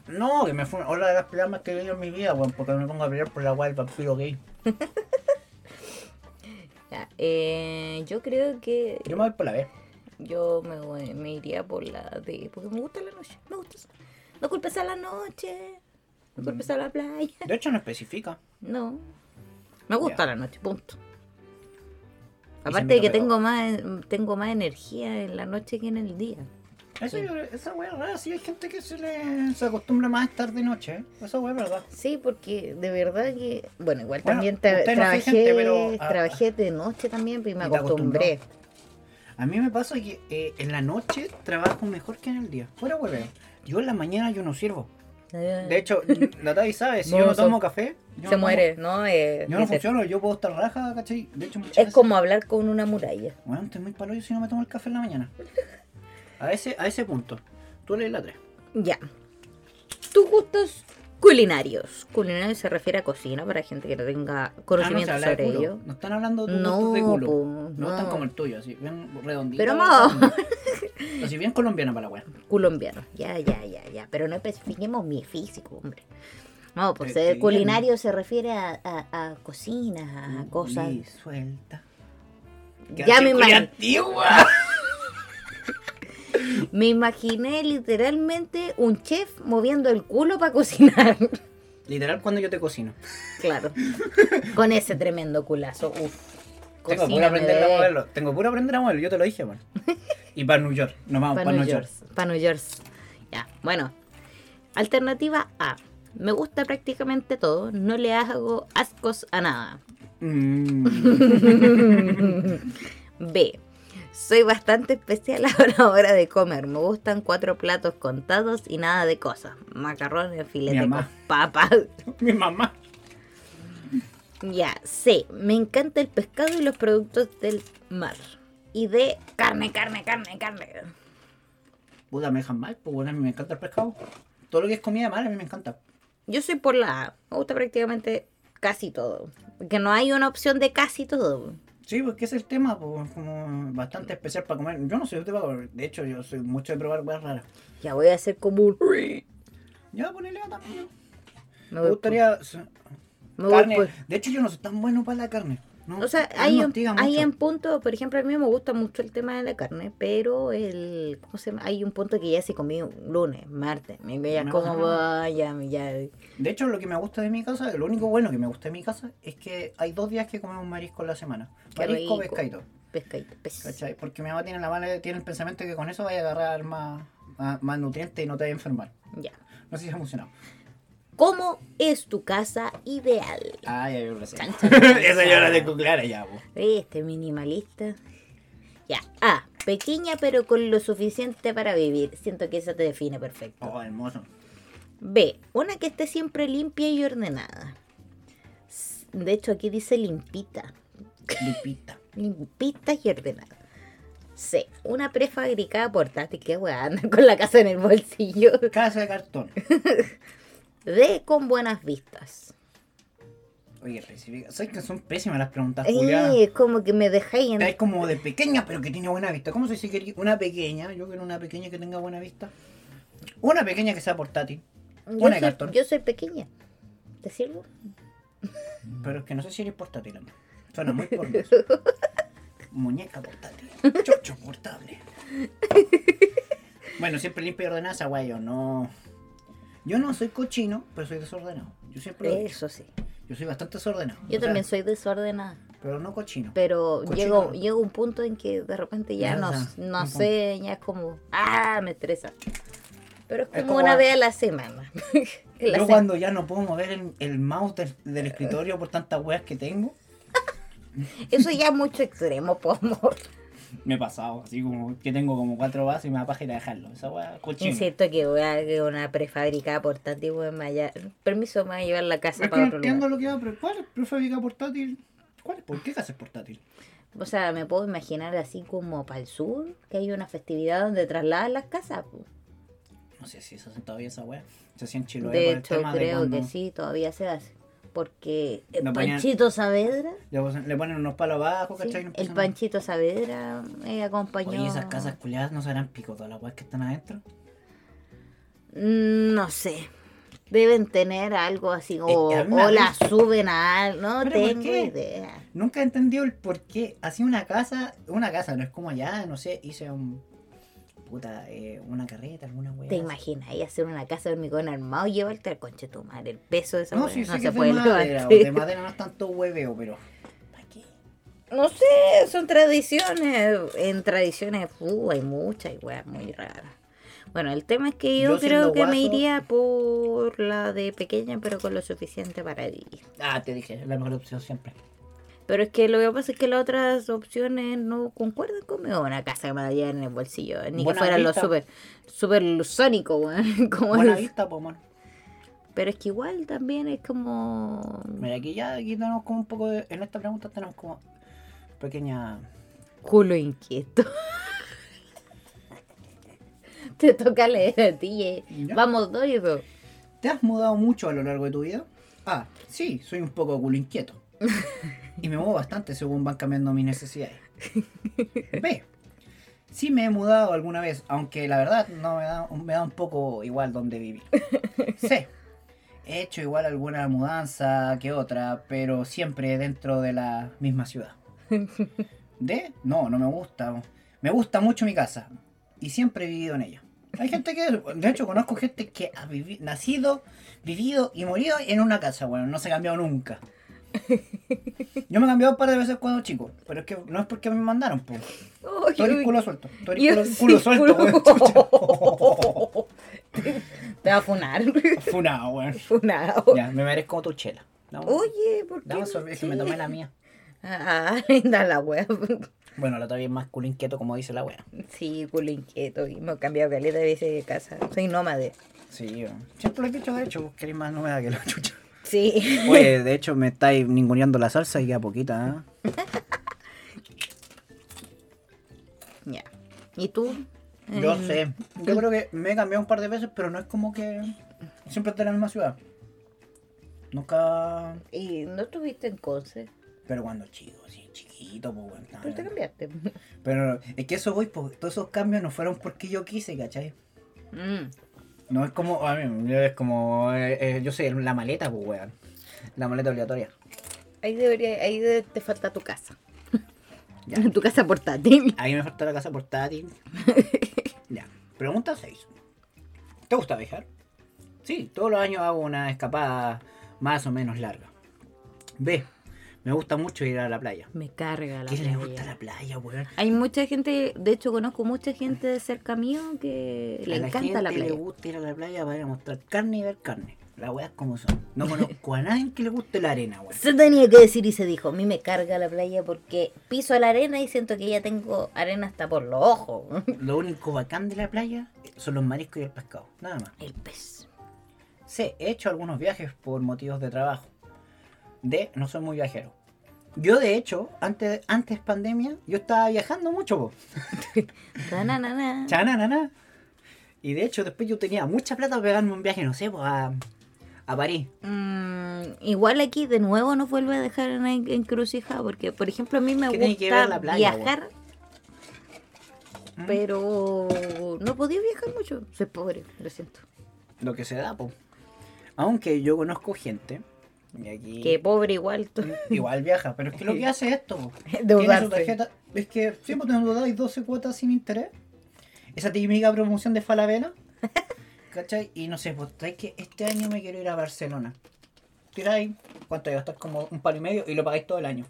Speaker 1: No, que me fue una de las problemas que he vivido en mi vida, weón, porque me pongo a pelear por la weá del vampiro gay.
Speaker 2: Ya, eh, yo creo que
Speaker 1: Yo me voy por la B.
Speaker 2: yo me, voy- me iría por la de. Porque me gusta la noche. Me gusta. esa- No culpes a la noche. No culpes a la playa.
Speaker 1: De hecho, no especifica.
Speaker 2: No. Me gusta
Speaker 1: Ya.
Speaker 2: la noche, punto.
Speaker 1: se
Speaker 2: Aparte
Speaker 1: me
Speaker 2: de que
Speaker 1: pegó.
Speaker 2: tengo más, tengo más energía en la noche que en el día.
Speaker 1: Eso, yo- Esa weá es rara, sí hay gente que se le se acostumbra más a estar de noche, ¿eh? Esa weá es verdad.
Speaker 2: Sí, porque de verdad que, bueno, igual
Speaker 1: Bueno,
Speaker 2: también
Speaker 1: usted
Speaker 2: tra-
Speaker 1: no fue
Speaker 2: trabajé,
Speaker 1: gente, pero, ah,
Speaker 2: trabajé de noche también pues, y me
Speaker 1: ¿Y te
Speaker 2: acostumbré.
Speaker 1: A mí me pasa que eh, en la noche trabajo mejor que en el día. Fuera hueveo. Yo en la mañana yo no sirvo. De
Speaker 2: Eh,
Speaker 1: hecho, la Tavi sabe, si
Speaker 2: No,
Speaker 1: yo no
Speaker 2: so-
Speaker 1: tomo café, yo no
Speaker 2: se
Speaker 1: tomo-
Speaker 2: muere, ¿no? Eh,
Speaker 1: Yo no
Speaker 2: dice,
Speaker 1: funciono, yo puedo estar raja, ¿cachai? De hecho, muchas
Speaker 2: es
Speaker 1: veces-
Speaker 2: como hablar con una muralla.
Speaker 1: Bueno, estoy muy palo yo si no me tomo el café en la mañana. A ese, a ese punto. Tú lees la Ah, 3.
Speaker 2: Ya. Tus gustos culinarios. Culinario se refiere a cocina para gente que no
Speaker 1: Ah,
Speaker 2: tenga conocimiento sobre ello.
Speaker 1: No están hablando de tus
Speaker 2: No,
Speaker 1: gustos de culo.
Speaker 2: po,
Speaker 1: no están
Speaker 2: no.
Speaker 1: como el tuyo, así bien redondito.
Speaker 2: Pero mo.
Speaker 1: Así bien colombiana para la wea.
Speaker 2: colombiano. Ya, ya, ya, ya. Pero no especifiquemos mi físico, hombre. No, pues
Speaker 1: Eh,
Speaker 2: el
Speaker 1: sí,
Speaker 2: culinario se refiere a, a, a cocina, a cosas.
Speaker 1: Y suelta.
Speaker 2: Ah, Ya me,
Speaker 1: Qué
Speaker 2: ima-
Speaker 1: antigua.
Speaker 2: me imaginé literalmente un chef moviendo el culo para cocinar.
Speaker 1: Literal cuando yo te cocino.
Speaker 2: claro. Con ese tremendo culazo. Uf.
Speaker 1: Tengo puro
Speaker 2: Cocíname,
Speaker 1: aprender a
Speaker 2: bebé.
Speaker 1: moverlo. Tengo puro aprender a moverlo, yo te lo dije, bueno. Y para New York. Nos vamos
Speaker 2: Pa'
Speaker 1: para,
Speaker 2: New
Speaker 1: New York.
Speaker 2: York, pa' New York. Ya, bueno. Alternativa A. Me gusta prácticamente todo, no le hago ascos a nada.
Speaker 1: Mm.
Speaker 2: B. Soy bastante especial a la hora de comer. Me gustan cuatro platos contados y nada de cosas. Macarrones, filetes,
Speaker 1: mamá.
Speaker 2: papas.
Speaker 1: Mi mamá.
Speaker 2: Ya, C. Me encanta el pescado y los productos del mar. Y D. Carne, carne, carne, carne.
Speaker 1: Puta, me dejan mal, pues bueno, a mí me encanta el pescado. Todo lo que es comida de mar a mí me encanta.
Speaker 2: Yo soy por la A. Me gusta prácticamente casi todo. Que no hay una opción de casi todo.
Speaker 1: Sí, porque ese es el tema, pues como bastante especial para comer. Yo no soy de probar, de hecho yo soy mucho de probar cosas raras.
Speaker 2: Ya voy a hacer como un...
Speaker 1: Ya, ponele A también.
Speaker 2: Me
Speaker 1: Me
Speaker 2: voy
Speaker 1: gustaría...
Speaker 2: por- me voy
Speaker 1: carne.
Speaker 2: por-
Speaker 1: De hecho yo no soy tan bueno para la carne. No,
Speaker 2: O sea,
Speaker 1: no
Speaker 2: hay,
Speaker 1: me
Speaker 2: un-
Speaker 1: hostiga
Speaker 2: hay
Speaker 1: mucho.
Speaker 2: un punto, por ejemplo, a mí me gusta mucho el tema de la carne, pero el, ¿cómo se llama? Hay un punto que ya si comí un lunes, martes, me ya
Speaker 1: No.
Speaker 2: como vaya, ya,
Speaker 1: De hecho, lo que me gusta de mi casa, lo único bueno que me gusta de mi casa es que hay dos días que comemos marisco en la semana.
Speaker 2: Qué
Speaker 1: Marisco,
Speaker 2: rico.
Speaker 1: pescadito.
Speaker 2: pescadito, pues, pes-
Speaker 1: ¿Cachai? Porque mi mamá tiene la mala, tiene el pensamiento que con eso vaya a agarrar más, más, más nutrientes y no te vaya a enfermar.
Speaker 2: ya.
Speaker 1: No sé si ha funcionado.
Speaker 2: ¿Cómo es tu casa ideal?
Speaker 1: Ah, ya yo lo sé.
Speaker 2: Chan, chan, chan,
Speaker 1: Esa yo
Speaker 2: chan.
Speaker 1: la tengo clara ya, po.
Speaker 2: Este minimalista. Ya, A, pequeña pero con lo suficiente para vivir. Siento que esa te define perfecto.
Speaker 1: Oh, hermoso.
Speaker 2: B. Una que esté siempre limpia y ordenada. S- De hecho, aquí dice limpita.
Speaker 1: Lipita.
Speaker 2: Limpita y ordenada. C. Una prefabricada portátil. Qué weá, anda con la casa en el bolsillo.
Speaker 1: Casa de cartón.
Speaker 2: D. Con buenas vistas.
Speaker 1: Oye, recibí. ¿Sabes que son pésimas las preguntas,
Speaker 2: Eh,
Speaker 1: Julián?
Speaker 2: es como que me dejáis en...
Speaker 1: Es como de pequeña, pero que tiene buena vista. ¿Cómo se dice que eres una pequeña? Yo quiero una pequeña que tenga buena vista. Una pequeña que sea portátil.
Speaker 2: Yo
Speaker 1: Una de
Speaker 2: soy,
Speaker 1: cartón.
Speaker 2: yo soy pequeña. ¿Te sirvo?
Speaker 1: Pero es que no sé si eres portátil, amor. Suena muy pornoso. Muñeca portátil. Chocho portable. Bueno, siempre limpia y ordenada esa guay, yo no. Yo no soy cochino, pero soy desordenado. Yo siempre lo he dicho.
Speaker 2: Eso sí.
Speaker 1: Yo soy bastante desordenado.
Speaker 2: Yo
Speaker 1: O sea,
Speaker 2: también soy desordenada.
Speaker 1: Pero no cochino.
Speaker 2: Pero
Speaker 1: Cochino.
Speaker 2: llego, llego a un punto en que de repente ya no,
Speaker 1: Mierda,
Speaker 2: no
Speaker 1: un
Speaker 2: sé, ya es como, ah, me estresa. Pero es como,
Speaker 1: como
Speaker 2: una
Speaker 1: a-
Speaker 2: vez a la semana. En la
Speaker 1: Yo
Speaker 2: se-
Speaker 1: cuando ya no puedo mover el, el mouse del, del escritorio por tantas weas que tengo,
Speaker 2: Eso ya es mucho extremo, por amor.
Speaker 1: me he pasado. Así como que tengo como cuatro vasos y me da página dejarlo. Esa wea cochino.
Speaker 2: Insisto que voy a que una prefabricada portátil, weón, me vaya- Permiso, me va a llevar la casa
Speaker 1: Es que
Speaker 2: para
Speaker 1: no
Speaker 2: otro lugar.
Speaker 1: entiendo lo que va, pero ¿cuál es prefabricada portátil? ¿Cuál es? ¿Por qué haces portátil?
Speaker 2: O sea, me puedo imaginar así como para el sur, que hay una festividad donde trasladan las casas. po.
Speaker 1: No sé si se hacen todavía esa wea. Se hacían chiloé
Speaker 2: De
Speaker 1: por el
Speaker 2: hecho,
Speaker 1: tema de
Speaker 2: creo
Speaker 1: cuando
Speaker 2: que sí, todavía se hace. Porque el
Speaker 1: No ponían-
Speaker 2: Panchito Saavedra...
Speaker 1: le ponen- le ponen unos palos abajo,
Speaker 2: Sí,
Speaker 1: ¿cachai? Y
Speaker 2: el
Speaker 1: empiezan a-
Speaker 2: Panchito Saavedra eh, acompañó.
Speaker 1: Oye, esas casas culiadas no serán pico todas las weas que están adentro.
Speaker 2: Mm, No sé. Deben tener algo así. O,
Speaker 1: a mí me
Speaker 2: o la
Speaker 1: avisa.
Speaker 2: suben a algo. No
Speaker 1: ¿Pero por
Speaker 2: tengo
Speaker 1: qué?
Speaker 2: idea.
Speaker 1: Nunca he entendido el por qué así una casa, una casa, no es como allá, no sé, hice un. Puta, eh, una carreta, alguna wea.
Speaker 2: ¿Te
Speaker 1: así.
Speaker 2: imaginas? Ahí hacer una casa de hormigón armado y llevarte al conche tu madre. El peso de esa
Speaker 1: No,
Speaker 2: weá
Speaker 1: sí, sé
Speaker 2: no
Speaker 1: que
Speaker 2: se
Speaker 1: es de
Speaker 2: puede
Speaker 1: madera,
Speaker 2: levantar.
Speaker 1: o de madera no es tanto hueveo, pero. ¿Para qué?
Speaker 2: No sé, son tradiciones. En tradiciones uh, hay muchas y weas muy raras. Bueno, el tema es que yo,
Speaker 1: Yo siendo
Speaker 2: creo que me
Speaker 1: guaso-
Speaker 2: iría por la de pequeña, pero con lo suficiente para vivir.
Speaker 1: Ah, te dije, es la mejor opción siempre.
Speaker 2: Pero es que lo que pasa es que las otras opciones no concuerdan conmigo. Una casa que me daría en el bolsillo. Ni que
Speaker 1: Buena
Speaker 2: fuera lo
Speaker 1: vista.
Speaker 2: super, super lusónico, weón. como
Speaker 1: Buena
Speaker 2: el-
Speaker 1: vista, pues, mano.
Speaker 2: Pero es que igual también es como.
Speaker 1: Mira, aquí ya aquí tenemos como un poco de. En esta pregunta tenemos como. Pequeña.
Speaker 2: Culo inquieto. Te toca leer a ti, eh.
Speaker 1: Ya.
Speaker 2: Vamos dos y dos.
Speaker 1: ¿Te has mudado mucho a lo largo de tu vida? Ah, sí, soy un poco culo inquieto. y me muevo bastante según van cambiando mis necesidades. B. Sí me he mudado alguna vez, aunque la verdad no me da, me da un poco igual donde vivir. C. He hecho igual alguna mudanza que otra, pero siempre dentro de la misma ciudad. D. No, no me gusta. Me gusta mucho mi casa y siempre he vivido en ella. Hay gente que, de hecho, conozco gente que ha vivi- nacido, vivido y morido en una casa, bueno, no se ha cambiado nunca. Yo me he cambiado un par de veces cuando chico, pero es que no es porque me mandaron, pues. Tú eres culo suelto, tú eres
Speaker 2: Yo
Speaker 1: culo,
Speaker 2: sí,
Speaker 1: culo suelto, weón,
Speaker 2: culo-
Speaker 1: chucha.
Speaker 2: Te va a funar.
Speaker 1: Funado, weón.
Speaker 2: Funado.
Speaker 1: Ya, me merezco tu chela. Dame-
Speaker 2: Oye, ¿por qué?
Speaker 1: Dame un sorbo, es que me tomé la mía.
Speaker 2: Ah, linda la wea.
Speaker 1: Bueno, la todavía es más culo inquieto, como dice la wea.
Speaker 2: Sí, culo inquieto. Y me he cambiado caleta de veces de casa. Soy nómade.
Speaker 1: Sí, weón. Siempre lo he dicho, de hecho, vos querés más nueva que la chucha.
Speaker 2: Sí.
Speaker 1: Oye, de hecho, me estáis ninguneando la salsa y ya poquita, ¿eh?
Speaker 2: Ya. ¿Y tú?
Speaker 1: Yo sé. Yo creo que me he cambiado un par de veces, pero no es como que. Siempre estoy en la misma ciudad. Nunca.
Speaker 2: ¿Y no estuviste en Conce?
Speaker 1: Pero cuando chico, así chiquito, pues bueno,
Speaker 2: ¿Por qué te
Speaker 1: nada.
Speaker 2: cambiaste?
Speaker 1: Pero es que eso voy, pues todos esos cambios no fueron porque yo quise, ¿cachai?
Speaker 2: Mm.
Speaker 1: No es como. A mí, es como. eh, eh, yo sé, la maleta, pues weón. La maleta obligatoria.
Speaker 2: Ahí debería, ahí de- te falta tu casa.
Speaker 1: Ya.
Speaker 2: Tu casa portátil.
Speaker 1: Ahí me falta la casa portátil. ya. Pregunta 6. ¿Te gusta viajar? Sí, todos los años hago una escapada más o menos larga. B. Me gusta mucho ir a la playa.
Speaker 2: Me carga la
Speaker 1: ¿Qué le
Speaker 2: playa.
Speaker 1: gusta la playa, weón?
Speaker 2: Hay mucha gente, de hecho conozco mucha gente de cerca mío que le
Speaker 1: a
Speaker 2: encanta
Speaker 1: gente
Speaker 2: la playa.
Speaker 1: le gusta ir a la playa para ir a mostrar carne y ver carne. Las weas como son. No conozco a nadie que le guste la arena, weón.
Speaker 2: Se tenía que decir y se dijo, a mí me carga la playa porque piso la arena y siento que ya tengo arena hasta por los ojos.
Speaker 1: Lo único bacán de la playa son los mariscos y el pescado. Nada más.
Speaker 2: El pez.
Speaker 1: C. He hecho algunos viajes por motivos de trabajo. D. No soy muy viajero. Yo, de hecho, antes, antes pandemia, yo estaba viajando mucho. po.
Speaker 2: Tananana.
Speaker 1: Chananana. Y de hecho, después yo tenía mucha plata para pegarme un viaje, no sé, po, a, a París.
Speaker 2: Mm, igual aquí de nuevo nos vuelve a dejar en en- encrucijada porque, por ejemplo, a mí me
Speaker 1: ¿Qué tiene que
Speaker 2: gusta
Speaker 1: ver la playa,
Speaker 2: viajar,
Speaker 1: ¿Mm?
Speaker 2: pero no podía viajar mucho. Soy pobre, lo siento.
Speaker 1: Lo que se da, po. Aunque yo conozco gente. Y aquí.
Speaker 2: Que pobre igual. tú.
Speaker 1: Igual viaja, pero es que lo que hace es esto. po. Tiene su
Speaker 2: Endeudarse.
Speaker 1: tarjeta. Es que siempre te endeudáis 12 cuotas sin interés. Esa típica promoción de Falabella. ¿Cachai? Y no sé, pues es que este año me quiero ir a Barcelona. Tiráis, ¿cuánto te va a gastar? Como un palo y medio y lo pagáis todo el año.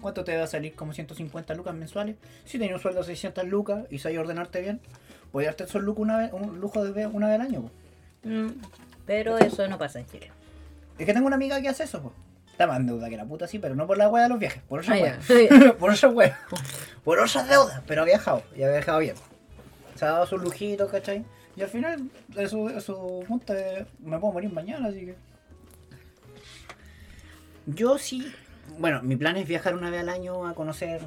Speaker 1: ¿Cuánto te va a salir? Como 150 lucas mensuales. Si tenés un sueldo de 600 lucas y sabes ordenarte bien, voy a darte esos lucas una vez, un lujo de vez- una vez al año. po.
Speaker 2: Mm, pero eso no pasa en Chile.
Speaker 1: Es que tengo una amiga que hace eso, po. Está más en deuda que la puta, sí, pero no por la wea de los viajes, por otra
Speaker 2: Ah,
Speaker 1: wea.
Speaker 2: ya.
Speaker 1: por otra wea. Por otras deudas, pero ha viajado, y ha viajado bien. Se ha dado sus lujitos, ¿cachai? Y al final, de su, de su monte, me puedo morir mañana, así que. Yo sí. Bueno, mi plan es viajar una vez al año a conocer,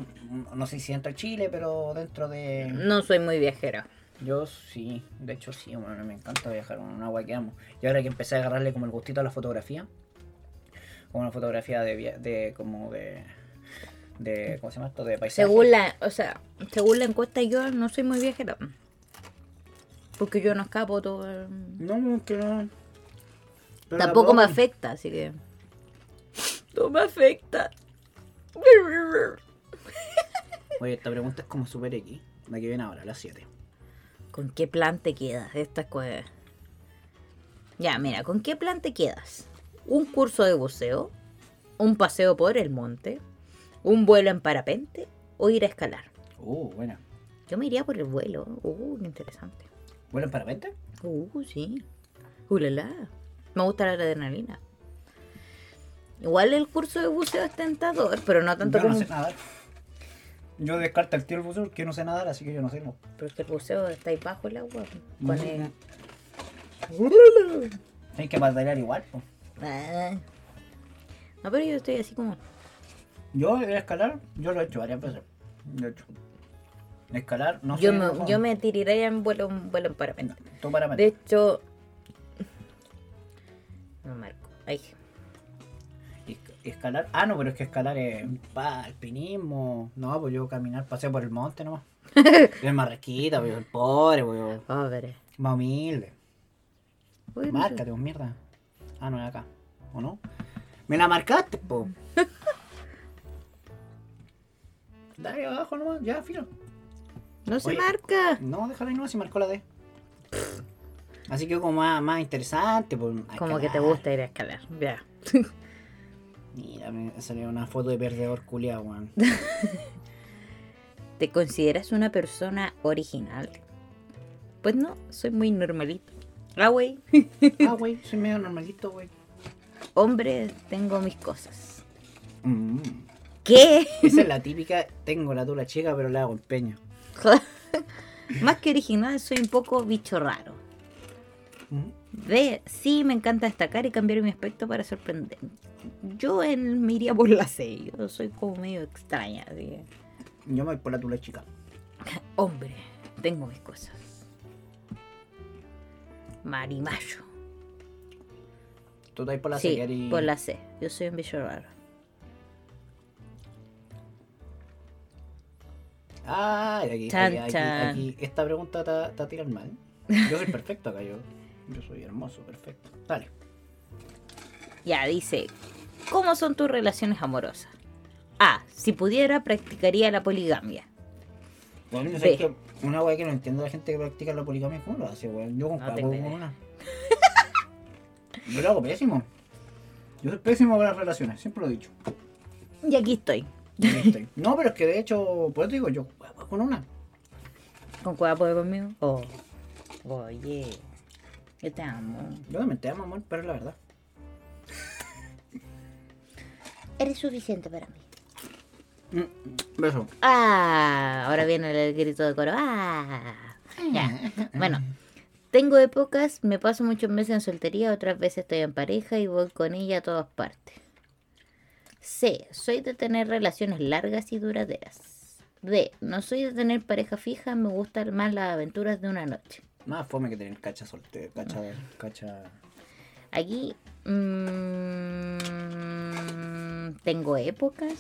Speaker 1: no sé si dentro de Chile, pero dentro de.
Speaker 2: No soy muy viajera.
Speaker 1: Yo sí, de hecho sí, bueno, me encanta viajar, bueno, una agua que amo. Y ahora que empecé a agarrarle como el gustito a la fotografía, como una fotografía de, via- de como de, de, ¿cómo se llama esto? De paisaje.
Speaker 2: Según la, o sea, según la encuesta yo no soy muy viajera. Porque yo no escapo todo. el-
Speaker 1: No, no, que no. Pero
Speaker 2: Tampoco me afecta, así que. No me afecta.
Speaker 1: Oye, esta pregunta es como super X, la que viene ahora, las 7.
Speaker 2: ¿Con qué plan te quedas de estas cosas? Ya, mira, ¿con qué plan te quedas? ¿Un curso de buceo? ¿Un paseo por el monte? ¿Un vuelo en parapente? ¿O ir a escalar?
Speaker 1: Uh, buena.
Speaker 2: Yo me iría por el vuelo. Uh, qué interesante.
Speaker 1: ¿Vuelan para venta?
Speaker 2: Uh, sí. Ulala. Me gusta la adrenalina. Igual el curso de buceo es tentador, pero no tanto
Speaker 1: Yo no
Speaker 2: como.
Speaker 1: sé nadar. Yo descarto el tío del buzo porque yo no sé nadar, así que yo no sé. No.
Speaker 2: Porque el buceo este está ahí bajo el agua. pues,
Speaker 1: Mm.
Speaker 2: Con el-
Speaker 1: Tienes que batallar igual, po.
Speaker 2: Ah. No, Ah, pero yo estoy así como.
Speaker 1: Yo el escalar, yo lo he hecho varias veces. De hecho. Escalar, no
Speaker 2: yo,
Speaker 1: sé.
Speaker 2: me, yo me tiraría en vuelo, en vuelo en parapente.
Speaker 1: Tú para
Speaker 2: De hecho. No marco. Ay.
Speaker 1: Escalar. Ah, no, pero es que escalar es pa, alpinismo. No, pues yo caminar, paseo por el monte nomás. Yo en Marraquita, pues yo el pobre, pues yo
Speaker 2: Pobre.
Speaker 1: más humilde.
Speaker 2: Uy,
Speaker 1: Márcate, pues mierda. Ah, no, es acá. ¿O no? Me la marcaste, pues. po. Dale abajo nomás, ya, filo.
Speaker 2: No se
Speaker 1: Oye.
Speaker 2: marca.
Speaker 1: No, déjala ahí nomás, si marcó la D. Así que como más, más interesante. Pues, a
Speaker 2: Como que te
Speaker 1: escalar.
Speaker 2: gusta ir a escalar. Ya.
Speaker 1: Mira, me salió una foto de perdedor culiado, weón.
Speaker 2: ¿Te consideras una persona original? Pues no, soy muy normalito. Ah, güey.
Speaker 1: Ah, güey, soy medio normalito, güey.
Speaker 2: Hombre, tengo mis cosas.
Speaker 1: Mm.
Speaker 2: ¿Qué?
Speaker 1: Esa es la típica, tengo la tula chica, pero la hago empeño.
Speaker 2: Más que original, soy un poco bicho raro.
Speaker 1: Mm.
Speaker 2: De, sí, me encanta destacar y cambiar mi aspecto para sorprender. Yo en, me iría por la C. Yo soy como medio extraña. así que,
Speaker 1: Yo me voy por la tula chica.
Speaker 2: Hombre, tengo mis cosas. Marimayo.
Speaker 1: Tú te vas por la
Speaker 2: sí,
Speaker 1: serie y...
Speaker 2: por la C. Yo soy un bicho raro.
Speaker 1: Ah, aquí, aquí,
Speaker 2: Chan,
Speaker 1: aquí,
Speaker 2: chan.
Speaker 1: aquí. Esta pregunta te te tiran mal. Yo soy perfecto acá, yo. Yo soy hermoso, perfecto. Dale.
Speaker 2: Ya, dice, ¿cómo son tus relaciones amorosas? A. Si pudiera, practicaría la poligamia.
Speaker 1: Bueno, yo sé
Speaker 2: Ve.
Speaker 1: que una weá que no entiendo la gente que practica la poligamia, ¿cómo lo hace, weón? Yo con
Speaker 2: No
Speaker 1: cada
Speaker 2: tengo
Speaker 1: weón con
Speaker 2: idea.
Speaker 1: una. Yo lo hago pésimo. Yo soy pésimo para las relaciones, siempre lo he dicho.
Speaker 2: Y aquí estoy,
Speaker 1: Este, No, pero es que de hecho, por eso digo yo, weón, con una.
Speaker 2: con cuadro de conmigo. Oh, oye, yo te amo.
Speaker 1: Yo también te amo, amor, pero es la verdad.
Speaker 2: Eres suficiente para mí.
Speaker 1: Mm, Beso.
Speaker 2: Ah, ahora viene el grito de coro. Ah, ya. Bueno, tengo épocas, me paso muchos meses en soltería, otras veces estoy en pareja y voy con ella a todas partes. C. Soy de tener relaciones largas y duraderas. D. No soy de tener pareja fija, me gustan más las aventuras de una noche.
Speaker 1: Más fome que tener cacha soltera, cacha,
Speaker 2: Ah.
Speaker 1: cacha.
Speaker 2: Aquí mm, tengo épocas.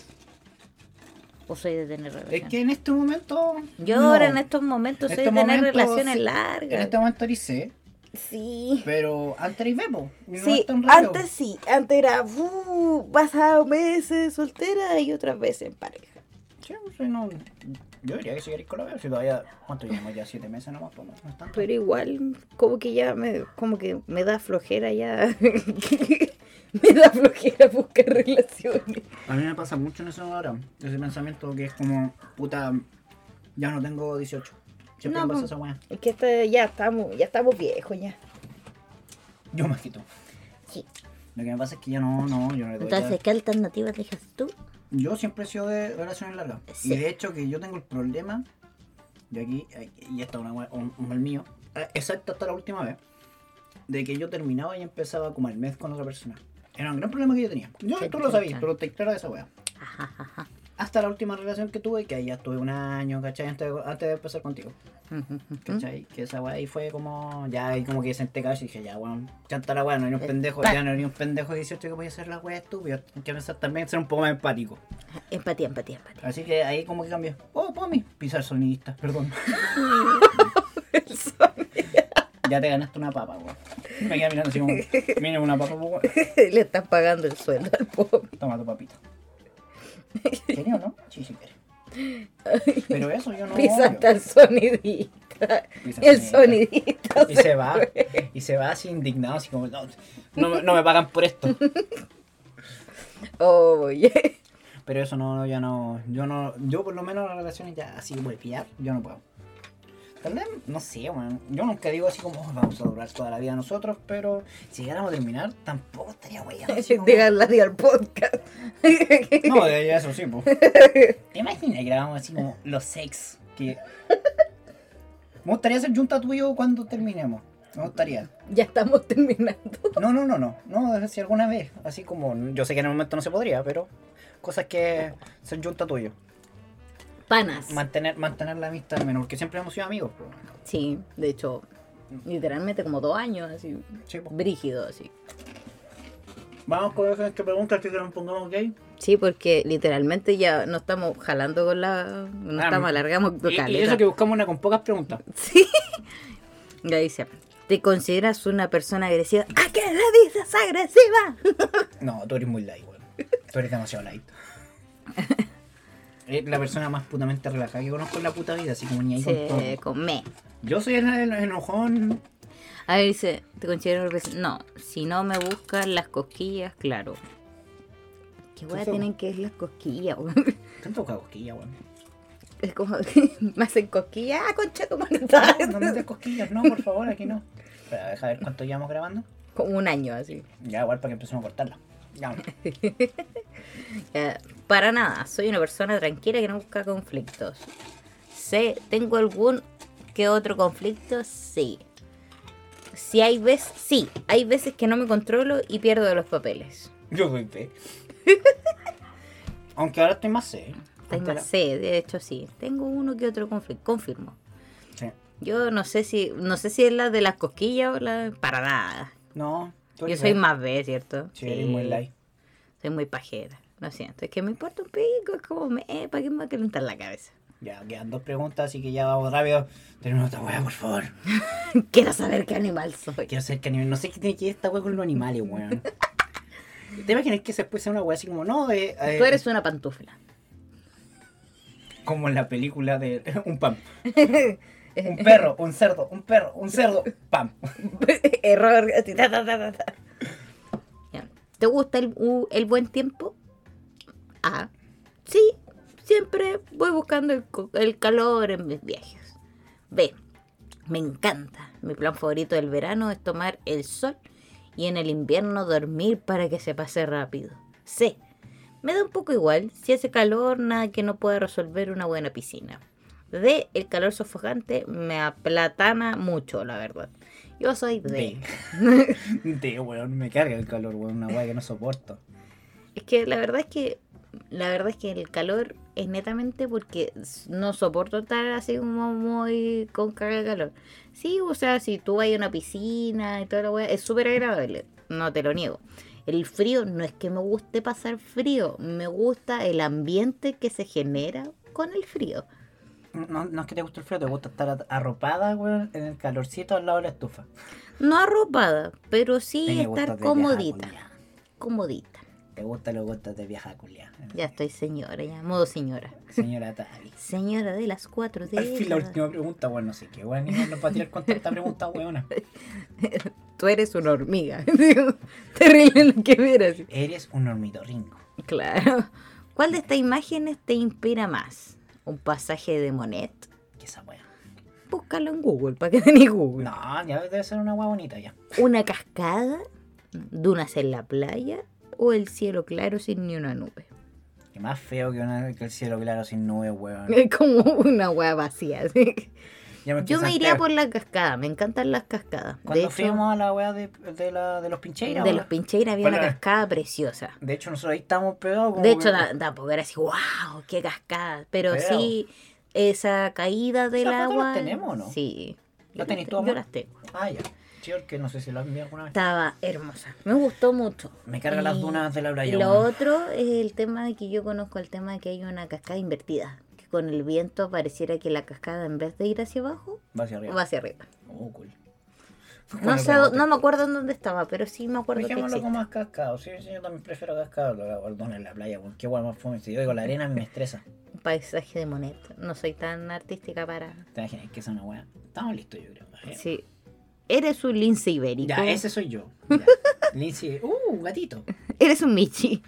Speaker 2: ¿O soy de tener relaciones?
Speaker 1: Es que en este momento.
Speaker 2: Yo
Speaker 1: no.
Speaker 2: ahora en este estos momentos
Speaker 1: En
Speaker 2: soy
Speaker 1: estos
Speaker 2: de tener
Speaker 1: momentos,
Speaker 2: relaciones
Speaker 1: sí. En
Speaker 2: largas.
Speaker 1: este momento eres C,
Speaker 2: Sí.
Speaker 1: pero antes eres Bebo. y No
Speaker 2: sí,
Speaker 1: es tan raro.
Speaker 2: antes sí, antes era uh, pasado meses soltera y otras veces en pareja.
Speaker 1: Sí, o sea, no- Yo diría que seguir con la Bebo, si todavía. ¿Cuánto llevamos ya? ¿Siete meses nomás? Pues no, no es tanto.
Speaker 2: Pero igual, como que ya me, como que me da flojera ya. me da flojera buscar relaciones.
Speaker 1: A mí me pasa mucho en eso ahora, ese pensamiento que es como, puta, ya no tengo 18. Siempre
Speaker 2: No,
Speaker 1: me pasa
Speaker 2: po.
Speaker 1: esa weá.
Speaker 2: Es que esta- ya estamos, ya estamos viejos ya.
Speaker 1: Yo me quito.
Speaker 2: Sí.
Speaker 1: Lo que me pasa es que ya no, no, yo no le doy.
Speaker 2: Entonces,
Speaker 1: ya-
Speaker 2: ¿qué alternativas dejas tú?
Speaker 1: Yo siempre he sido de relaciones largas.
Speaker 2: Sí.
Speaker 1: Y de hecho que yo tengo el problema, de aquí, y esta es una weá- un, un mal mío, eh, exacto hasta la última vez, de que yo terminaba y empezaba como el mes con otra persona. Era un gran problema que yo tenía. Yo,
Speaker 2: Qué
Speaker 1: tú lo sabías,
Speaker 2: puta.
Speaker 1: pero te clara de esa weá.
Speaker 2: Ajá, ajá.
Speaker 1: Hasta la última relación que tuve, que ahí ya estuve un año, ¿cachai? Antes de- antes de empezar contigo.
Speaker 2: ¿Mm?
Speaker 1: ¿Cachai? Que esa weá ahí fue como. Ya ahí como que senté cabeza y dije, ya weón, chanta la weá, no era
Speaker 2: Eh,
Speaker 1: un pendejo, ya no era un pendejo de 18 que podía ser la weá estúpida. Hay que pensar también ser un poco más empático.
Speaker 2: Empatía, empatía, empatía.
Speaker 1: Así que ahí como que cambié. Oh, Pomi, pisar sonidista, perdón. ya te ganaste una papa, weón. Me quedé mirando así como, mínimo una papa, weón.
Speaker 2: Le estás pagando el sueldo al pobre.
Speaker 1: Toma tu papita. ¿Quería o no? Sí, sí, quiere. Pero eso yo no.
Speaker 2: Pisaste al sonidista.
Speaker 1: Pisa
Speaker 2: El
Speaker 1: sonidista.
Speaker 2: sonidista.
Speaker 1: Y se va, y se va así indignado, así como, no, no, me- no me pagan por esto.
Speaker 2: Oye.
Speaker 1: Pero eso no, ya no, yo no, yo por lo menos las relaciones ya así golpear, yo no puedo. Tal vez, no sé, bueno, yo nunca digo así como, "Oh, vamos a durar toda la vida nosotros, pero si llegáramos a terminar, tampoco estaría weyando. así como-
Speaker 2: Díganle adiós al podcast.
Speaker 1: No, de ahí eso sí, po. ¿Te imaginas que grabamos así como los sex? Que... Me gustaría hacer junta tuyo cuando terminemos, me gustaría.
Speaker 2: Ya estamos terminando.
Speaker 1: No, no, no, no. No, es si alguna vez. Así como. Yo sé que en el momento no se podría, pero. Cosas que son junta tuyo.
Speaker 2: Panas.
Speaker 1: Mantener, mantener la amistad menor, porque siempre hemos sido amigos. po.
Speaker 2: Sí, de hecho, literalmente como dos años, así.
Speaker 1: Sí, po.
Speaker 2: Brígido, así.
Speaker 1: Vamos con esa que pregunta, así que nos pongamos gay.
Speaker 2: Sí, porque literalmente ya no estamos jalando con la. No
Speaker 1: Ah,
Speaker 2: estamos, alargamos
Speaker 1: Y, y
Speaker 2: caleta.
Speaker 1: eso que buscamos una con pocas preguntas.
Speaker 2: Sí. Ya dice. ¿Te consideras una persona agresiva? ¿A qué le dices agresiva?
Speaker 1: No, tú eres muy light, weón. Tú eres demasiado light. Eres la persona más putamente relajada que conozco en la puta vida, así como ni ahí con todo.
Speaker 2: Se come.
Speaker 1: Yo soy el, el enojón.
Speaker 2: A ver, dice, ¿te considero imbécil? No, si no me buscan las cosquillas, claro. ¿Qué hueá
Speaker 1: son?
Speaker 2: tienen que es las cosquillas?
Speaker 1: Tanto cagosquilla, weón.
Speaker 2: es como me hacen cosquillas. Ah, concha, tu madre.
Speaker 1: No, no me des cosquillas, no, por favor, aquí no. Pero deja ver cuánto llevamos grabando.
Speaker 2: Como un año así.
Speaker 1: Ya, igual para que empecemos a cortarla. Ya.
Speaker 2: Eh, para nada, soy una persona tranquila que no busca conflictos. Sé, tengo algún que otro conflicto, sí. Si hay veces, sí, hay veces que no me controlo y pierdo los papeles.
Speaker 1: Yo soy P. Aunque ahora estoy más C. ¿eh?
Speaker 2: Tengo sé, de hecho sí. Tengo uno que otro conflicto, confirmo.
Speaker 1: Sí.
Speaker 2: Yo no sé si no sé si es la de las cosquillas o la para nada.
Speaker 1: No, tú
Speaker 2: Yo
Speaker 1: eres
Speaker 2: soy
Speaker 1: gay.
Speaker 2: más B, ¿cierto?
Speaker 1: Sí, eres muy light.
Speaker 2: Soy muy pajera. Lo siento, es que me importa un pico, es como me, eh, ¿para qué me va a calentar la cabeza?
Speaker 1: Ya, quedan dos preguntas, así que ya vamos rápido. Tenemos otra weá, por favor.
Speaker 2: Quiero saber qué animal soy.
Speaker 1: Quiero ser que No sé qué tiene que ver esta weá con los animales, weón. ¿Te imaginas que se puede ser una weá así como, no, eh, eh,
Speaker 2: Tú eres una pantufla.
Speaker 1: como en la película de un pam? Un perro, un cerdo, un perro, un cerdo, pam.
Speaker 2: Error. así, ta, ta, ta, ta, ta. Ya. ¿Te gusta el, u- el buen tiempo? Ah, sí. Siempre voy buscando el, co- el calor en mis viajes. B. Me encanta. Mi plan favorito del verano es tomar el sol y en el invierno dormir para que se pase rápido. C. Me da un poco igual. Si hace calor, nada que no pueda resolver una buena piscina. D. El calor sofocante me aplatana mucho, la verdad. Yo soy D.
Speaker 1: De. De, weón, me carga el calor, weón, una weá que no soporto.
Speaker 2: Es que la verdad es que la verdad es que el calor es netamente porque s- no soporto estar así como muy con carga de calor. Sí, o sea, si tú vas a una piscina y toda la weá, es súper agradable, no te lo niego. El frío no es que me guste pasar frío, me gusta el ambiente que se genera con el frío.
Speaker 1: No, no es que te guste el frío, te gusta estar a- arropada, weón, en el calorcito al lado de la estufa.
Speaker 2: No arropada, pero
Speaker 1: Te
Speaker 2: sí
Speaker 1: gusta
Speaker 2: estar
Speaker 1: de vieja
Speaker 2: comodita,
Speaker 1: culiá.
Speaker 2: comodita.
Speaker 1: Te gusta lo gustos de vieja culia.
Speaker 2: Ya estoy señora, ya, modo señora.
Speaker 1: Eh, Señora Tavi.
Speaker 2: Señora de las cuatro
Speaker 1: Al fin la
Speaker 2: de...
Speaker 1: última pregunta, weón, no sé qué, weón, ni nos va a tirar con tanta pregunta, weona.
Speaker 2: tú eres una hormiga. Digo, Terrible lo que miras.
Speaker 1: Eres un hormitorrinco.
Speaker 2: Claro. ¿Cuál de estas imágenes te inspira más? ¿Un pasaje de Monet?
Speaker 1: ¿Qué esa weá?
Speaker 2: Búscalo en Google, para que tenés Google.
Speaker 1: No, ya debe ser una weá bonita ya.
Speaker 2: ¿Una cascada? ¿Dunas en la playa? ¿O el cielo claro sin ni una nube?
Speaker 1: Que más feo que, una- que el cielo claro sin nubes, weón.
Speaker 2: Es como una hueá vacía. así.
Speaker 1: Ya me estoy
Speaker 2: Yo me
Speaker 1: salteando.
Speaker 2: iría por la cascada, me encantan las cascadas.
Speaker 1: Cuando
Speaker 2: De hecho,
Speaker 1: fuimos a la weá de, de la- de los pincheiras,
Speaker 2: de
Speaker 1: weón.
Speaker 2: los Pincheiras había una
Speaker 1: Bueno.
Speaker 2: cascada preciosa.
Speaker 1: De hecho, nosotros ahí estábamos pegados. como
Speaker 2: De
Speaker 1: que-
Speaker 2: hecho, ta- tampoco era así, wow, qué cascada. Pero
Speaker 1: Pero-
Speaker 2: sí, esa caída del
Speaker 1: ¿Esas fotos
Speaker 2: agua.
Speaker 1: las tenemos o no?
Speaker 2: Sí.
Speaker 1: ¿Las tenés
Speaker 2: te-
Speaker 1: tú,
Speaker 2: Yo
Speaker 1: amor?
Speaker 2: las tengo.
Speaker 1: Ah, ya. Sí, que no sé si lo envié alguna vez.
Speaker 2: Estaba hermosa. Me gustó mucho.
Speaker 1: Me cargan las dunas de la playa.
Speaker 2: Y lo
Speaker 1: weón.
Speaker 2: otro es el tema de que yo conozco el tema de que hay una cascada invertida. Que con el viento pareciera que la cascada en vez de ir hacia abajo,
Speaker 1: Va hacia arriba.
Speaker 2: va hacia arriba.
Speaker 1: Oh, cool.
Speaker 2: No,
Speaker 1: Bueno,
Speaker 2: sé,
Speaker 1: pero-
Speaker 2: a dó- no me acuerdo en dónde estaba, pero sí me acuerdo que
Speaker 1: Dejémoslo
Speaker 2: existe.
Speaker 1: con más cascado. Sí, sí, yo también prefiero cascado. Lo perdón en la playa, weón. Qué guay más fome. Si yo digo la arena, a mí me estresa.
Speaker 2: Un paisaje de Monet. No soy tan artística para...
Speaker 1: Te imaginas que es una weá. Estamos listos, yo creo. ¿eh?
Speaker 2: Sí. Eres un lince ibérico.
Speaker 1: Ya, ese soy yo. Ya. Lindsay, uh, un gatito.
Speaker 2: Eres un Michi.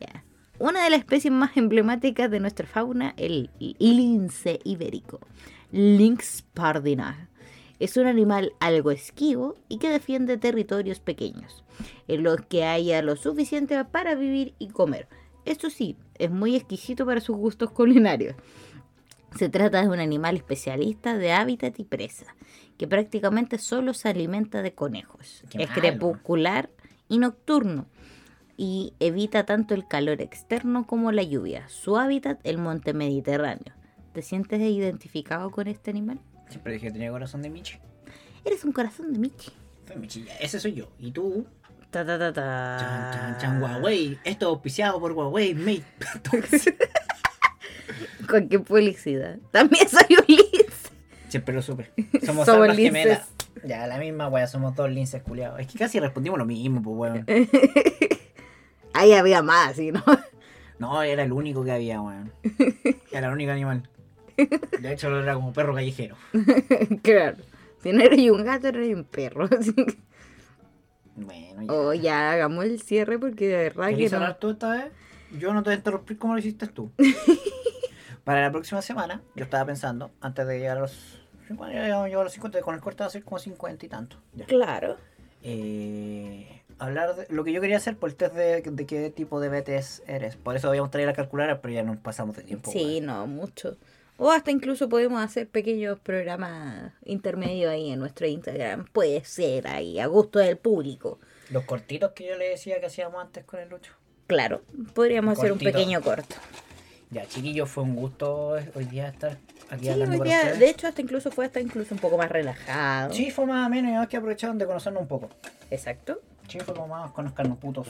Speaker 2: Ya. Una de las especies más emblemáticas de nuestra fauna, el lince ibérico, Lynx pardina. Es un animal algo esquivo y que defiende territorios pequeños, en los que haya lo suficiente para vivir y comer. Esto sí, es muy exquisito para sus gustos culinarios. Se trata de un animal especialista de hábitat y presa, que prácticamente solo se alimenta de conejos.
Speaker 1: Qué
Speaker 2: es
Speaker 1: malo.
Speaker 2: crepuscular y nocturno y evita tanto el calor externo como la lluvia. Su hábitat, el monte Mediterráneo. ¿Te sientes identificado con este animal?
Speaker 1: Siempre dije que tenía corazón de Michi.
Speaker 2: Eres un corazón de Michi.
Speaker 1: Fue Michi, ya, ese soy yo. Y tú,
Speaker 2: Ta ta ta ta.
Speaker 1: chan, chan, chan, Huawei. Esto es auspiciado por Huawei, mate.
Speaker 2: Con qué publicidad. También soy un lince.
Speaker 1: Siempre lo supe. Somos,
Speaker 2: Somos
Speaker 1: almas
Speaker 2: linces.
Speaker 1: gemelas. Ya, la misma wea, somos dos linces culiados. Es que casi respondimos lo mismo, pues weón.
Speaker 2: Eh. Ahí había más, ¿sí, ¿no?
Speaker 1: No, era el único que había, weón. Era el único animal. De hecho, era como perro callejero.
Speaker 2: claro. Si no eres un gato, eres un perro. así que-
Speaker 1: Bueno, ya.
Speaker 2: Oh, ya, hagamos el cierre porque de verdad que
Speaker 1: ¿Querés
Speaker 2: no.
Speaker 1: hablar tú esta vez? Yo no te voy a interrumpir como lo hiciste tú. Para la próxima semana, yo estaba pensando, antes de llegar a los 50, ya llevamos- llevo a los 50, con el corte va a ser como 50 y tanto. ya.
Speaker 2: Claro.
Speaker 1: Eh, hablar de lo que yo quería hacer por el test de, de qué tipo de BTS eres. Por eso habíamos traído la calculadora, pero ya nos pasamos de tiempo.
Speaker 2: Sí,
Speaker 1: weón.
Speaker 2: no, mucho. O hasta incluso podemos hacer pequeños programas intermedios ahí en nuestro Instagram. Puede ser ahí, a gusto del público.
Speaker 1: Los cortitos que yo le decía que hacíamos antes con el Lucho.
Speaker 2: Claro, podríamos hacer un
Speaker 1: Cortito.
Speaker 2: pequeño corto.
Speaker 1: Ya, chiquillos, fue un gusto hoy día estar aquí
Speaker 2: Sí,
Speaker 1: hablando
Speaker 2: hoy
Speaker 1: con
Speaker 2: día,
Speaker 1: ustedes.
Speaker 2: de hecho, hasta incluso fue hasta incluso un poco más relajado.
Speaker 1: Sí, fue más o menos, y más que aprovecharon de conocernos un poco.
Speaker 2: Exacto.
Speaker 1: Sí, fue como más conozcanos putos.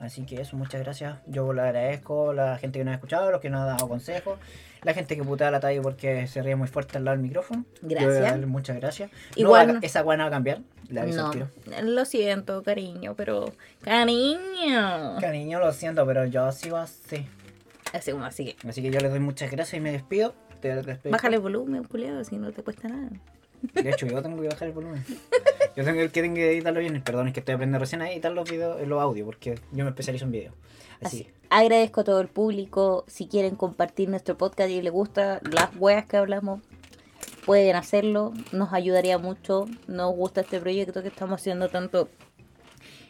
Speaker 1: Así que eso, muchas gracias. Yo le agradezco a la gente que nos ha escuchado, los que nos ha dado consejos, la gente que putea la talla porque se ríe muy fuerte al lado del micrófono. Yo voy a
Speaker 2: Gracias.
Speaker 1: darle muchas gracias.
Speaker 2: Igual
Speaker 1: Igual.
Speaker 2: no-
Speaker 1: esa guana va a cambiar. Le aviso al
Speaker 2: No,
Speaker 1: tiro.
Speaker 2: lo siento, cariño, pero. ¡Cariño!
Speaker 1: Cariño, lo siento, pero yo sigo así.
Speaker 2: Así como así que.
Speaker 1: Así que yo les doy muchas gracias y me despido. Te despido.
Speaker 2: Bájale el volumen, culiado, si no te cuesta nada.
Speaker 1: De hecho, yo tengo que bajar el volumen. Yo tengo el que tengo que editarlo bien. Perdón, es que estoy aprendiendo recién a editar los videos, los audios, porque yo me especializo en video. Así.
Speaker 2: Así. Agradezco a todo el público. Si quieren compartir nuestro podcast y les gusta las weas que hablamos, pueden hacerlo. Nos ayudaría mucho. Nos gusta este proyecto que estamos haciendo tanto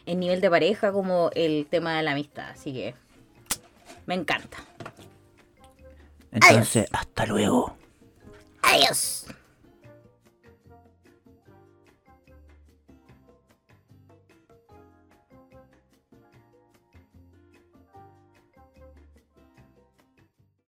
Speaker 2: en nivel de pareja como el tema de la amistad. Así que me encanta.
Speaker 1: Entonces, hasta luego.
Speaker 2: Adiós.